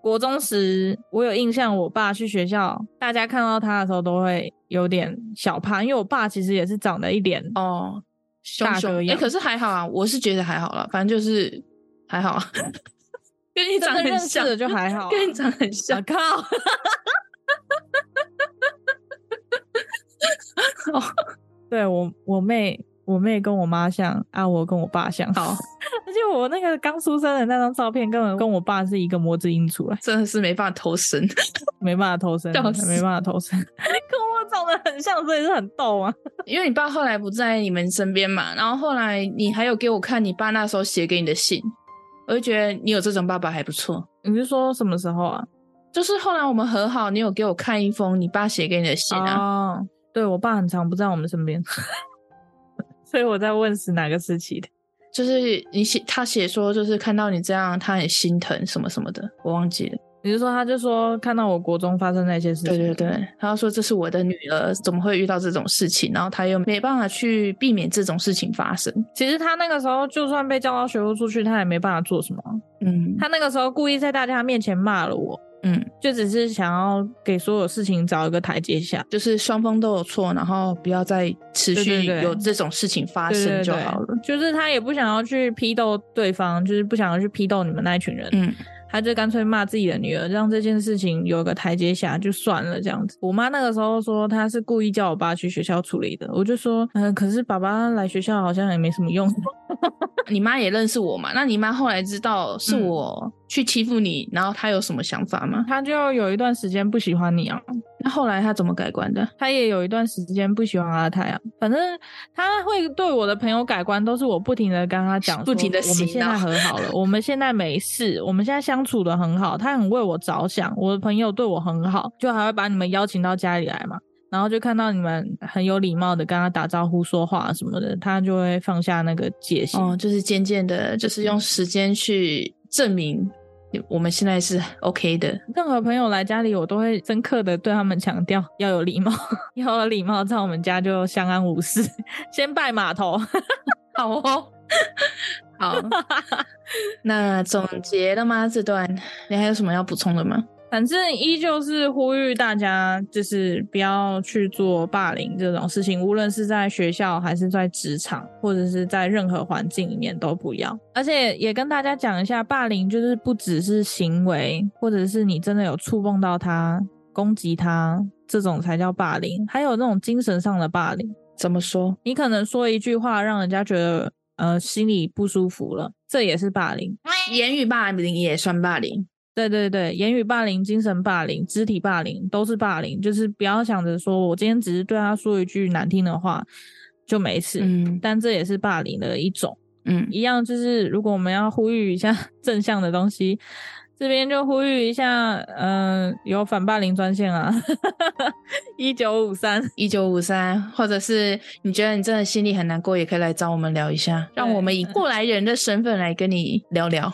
S3: 国中时，我有印象，我爸去学校，大家看到他的时候都会有点小怕，因为我爸其实也是长得一脸
S4: 哦，凶
S3: 大
S4: 凶
S3: 哥
S4: 哎、
S3: 样。
S4: 可是还好啊，我是觉得还好啦，反正就是还好啊， 跟你
S3: 真的
S4: 长得很
S3: 认识
S4: 像，
S3: 的就还好啊、
S4: 跟你长得很像
S3: 啊。靠！ 对我我妹我妹跟我妈像啊，我跟我爸像。
S4: 好，
S3: 而且我那个刚出生的那张照片，根本跟我爸是一个模子印出来，
S4: 真的是没办法偷生，
S3: 没办法偷生，
S4: 笑死
S3: 没办法偷生， 跟我长得很像，所以是很逗啊。
S4: 因为你爸后来不在你们身边嘛，然后后来你还有给我看你爸那时候写给你的信，我就觉得你有这种爸爸还不错。
S3: 你是说什么时候啊？
S4: 就是后来我们和好，你有给我看一封你爸写给你的信啊，
S3: 哦，对我爸很常不在我们身边， 所以我在问是哪个时期的。
S4: 就是你写他写说就是看到你这样，他很心疼什么什么的，我忘记了。
S3: 你是说他就说看到我国中发生那些事情？
S4: 对对对，他说这是我的女儿，怎么会遇到这种事情？然后他又没办法去避免这种事情发生。
S3: 其实他那个时候就算被叫到学务处去，他也没办法做什么啊。
S4: 嗯，
S3: 他那个时候故意在大家面前骂了我，
S4: 嗯，
S3: 就只是想要给所有事情找一个台阶下。
S4: 就是双方都有错，然后不要再持
S3: 对
S4: 续
S3: 对对
S4: 有这种事情发
S3: 对
S4: 生
S3: 对
S4: 就
S3: 对
S4: 好了。，
S3: 就是他也不想要去批斗对方，就是不想要去批斗你们那一群人，
S4: 嗯，
S3: 他就干脆骂自己的女儿，让这件事情有个台阶下就算了这样子。我妈那个时候说她是故意叫我爸去学校处理的，我就说，嗯、可是爸爸来学校好像也没什么用。
S4: 你妈也认识我嘛？那你妈后来知道是
S3: 嗯
S4: 我去欺负你，然后她有什么想法吗？
S3: 他就有一段时间不喜欢你啊，
S4: 那后来她怎么改观的？
S3: 他也有一段时间不喜欢阿泰啊。反正他会对我的朋友改观，都是我不停的跟他讲说，
S4: 不停地
S3: 我们
S4: 洗
S3: 现
S4: 脑
S3: 在和好了， 我们现在没事，我们现在相处的很好，他很为我着想，我的朋友对我很好，就还会把你们邀请到家里来嘛。然后就看到你们很有礼貌的跟他打招呼、说话什么的，他就会放下那个戒心。
S4: 哦，就是渐渐的，就是用时间去证明我们现在是 OK 的。
S3: 任何朋友来家里，我都会深刻的对他们强调 要有礼貌，要有礼貌，在我们家就相安无事。 先拜码头，
S4: 好哦，好。 那总结了吗？这段你还有什么要补充的吗？
S3: 反正依旧是呼吁大家，就是不要去做霸凌这种事情，无论是在学校还是在职场，或者是在任何环境里面都不要。而且也跟大家讲一下，霸凌就是不只是行为，或者是你真的有触碰到他、攻击他这种才叫霸凌，还有那种精神上的霸凌。
S4: 怎么说？
S3: 你可能说一句话，让人家觉得呃心里不舒服了，这也是霸凌。
S4: 言语霸凌也算霸凌。
S3: 对对对，言语霸凌、精神霸凌、肢体霸凌都是霸凌，就是不要想着说我今天只是对他说一句难听的话就没事，
S4: 嗯
S3: 但这也是霸凌的一种。
S4: 嗯，
S3: 一样就是，如果我们要呼吁一下 正向的东西，这边就呼吁一下，嗯、有反霸凌专线啊，一九五三，
S4: 一九五三，或者是你觉得你真的心里很难过，也可以来找我们聊一下，让我们以过来人的身份来跟你聊聊。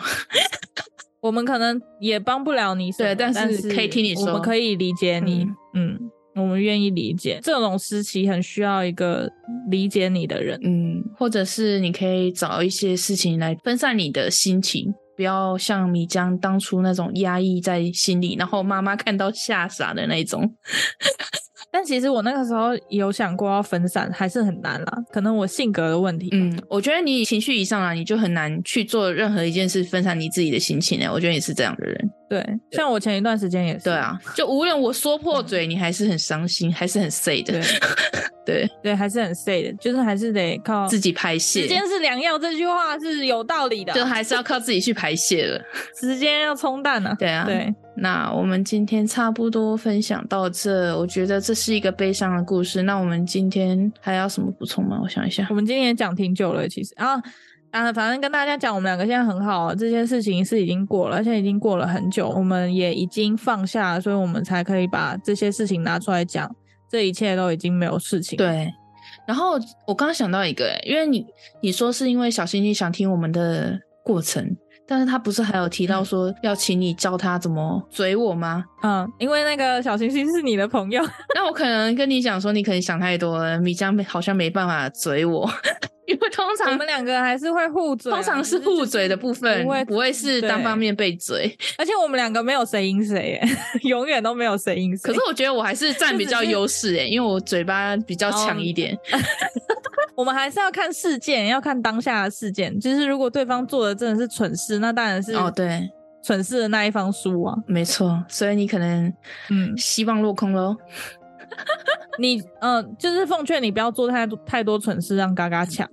S3: 我们可能也帮不了你什么，
S4: 对但是可以听你
S3: 我
S4: 说
S3: 们可以理解你，嗯我们愿意理解。这种时期很需要一个理解你的人，
S4: 嗯，或者是你可以找一些事情来分散你的心情，不要像米江当初那种压抑在心里，然后妈妈看到吓傻的那种。
S3: 但其实我那个时候有想过要分散，还是很难啦，可能我性格的问题。
S4: 嗯，我觉得你情绪一上啊来，你就很难去做任何一件事分散你自己的心情呢。欸我觉得你是这样的人。
S3: 对，像我前一段时间也是，
S4: 对，啊，就无论我说破嘴，你还是很伤心，还是很 sad
S3: 对
S4: 的。对，
S3: 对，还是很 sad，的就是还是得靠
S4: 自己排
S3: 时
S4: 泄。
S3: 间是良药，这句话是有道理的，
S4: 就还是要靠自己去排泄了。
S3: 时间要冲淡啊。
S4: 对啊，
S3: 对，
S4: 那我们今天差不多分享到这，我觉得这是一个悲伤的故事。那我们今天还要什么补充吗？我想一下
S3: 我，们今天也讲挺久了，其实啊啊，反正跟大家讲，我们两个现在很好，啊这件事情是已经过了，而且已经过了很久，我们也已经放下了，所以我们才可以把这些事情拿出来讲，这一切都已经没有事情。，
S4: 对。然后我刚刚想到一个、欸，因为你你说是因为小星星想听我们的过程，但是他不是还有提到说要请你教他怎么追我吗？
S3: 嗯，因为那个小星星是你的朋友，
S4: 那我可能跟你讲说，你可能想太多了，米江好像没办法追我， 因为通
S3: 我
S4: 常
S3: 们两个还是会互嘴啊，
S4: 通常是
S3: 只就
S4: 互嘴的部分，
S3: 不会
S4: 不会是单方，面被嘴。
S3: 对而且我们两个没有谁赢谁 耶，永远都没有谁赢谁。
S4: 可是我觉得我还是占比较优势诶，因为我嘴巴比较
S3: 哦
S4: 强一点。
S3: 我们还是要看事件，要看当下的事件，就是如果对方做的真的是蠢事，那当然是
S4: 哦，对，
S3: 蠢事的那一方输啊。
S4: 没错，所以你可能
S3: 嗯
S4: 希望落空喽。
S3: 你嗯、呃就是奉劝你不要做太多太多蠢事，让嘎嘎 抢，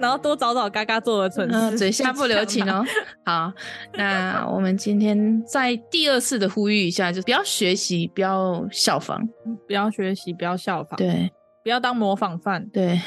S3: 然后多找找嘎嘎做的蠢
S4: 嗯，
S3: 事，
S4: 嘴下不留情哦。好，那我们今天在第二次的呼吁一下，就不要学习，不要效仿。
S3: 不要学习，不要效仿，
S4: 对
S3: 不要当模仿犯。
S4: 对，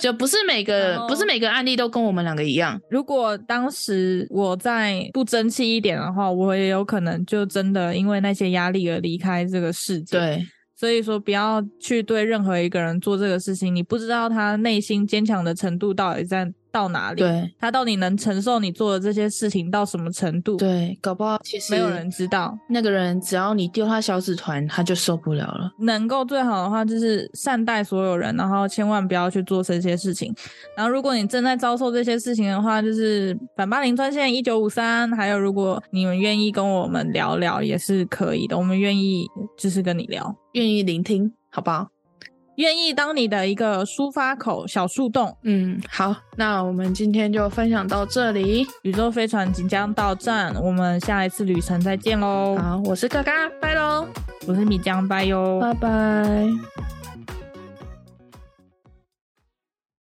S4: 就不是每
S3: 然
S4: 个
S3: 后
S4: 不是每个案例都跟我们两个一样。
S3: 如果当时我再不争气一点的话，我也有可能就真的因为那些压力而离开这个世界。，
S4: 对
S3: 所以说不要去对任何一个人做这个事情，你不知道他内心坚强的程度到底在到哪里，
S4: 对
S3: 他到底能承受你做的这些事情到什么程度，
S4: 对，搞不好其实
S3: 没有人知道。
S4: 那个人只要你丢他小纸团，他就受不了了。
S3: 能够最好的话就是善待所有人，然后千万不要去做这些事情。然后，如果你正在遭受这些事情的话，就是反霸凌专线一九五三，还有如果你们愿意跟我们聊聊也是可以的，我们愿意就是跟你聊，
S4: 愿意聆听，好不好？
S3: 愿意当你的一个抒发口、小树洞。
S4: 嗯，好，那我们今天就分享到这里。
S3: 宇宙飞船即将到站，我们下一次旅程再见喽！
S4: 好，我是嘎嘎，拜喽，
S3: 我是米江，拜哟，
S4: 拜拜。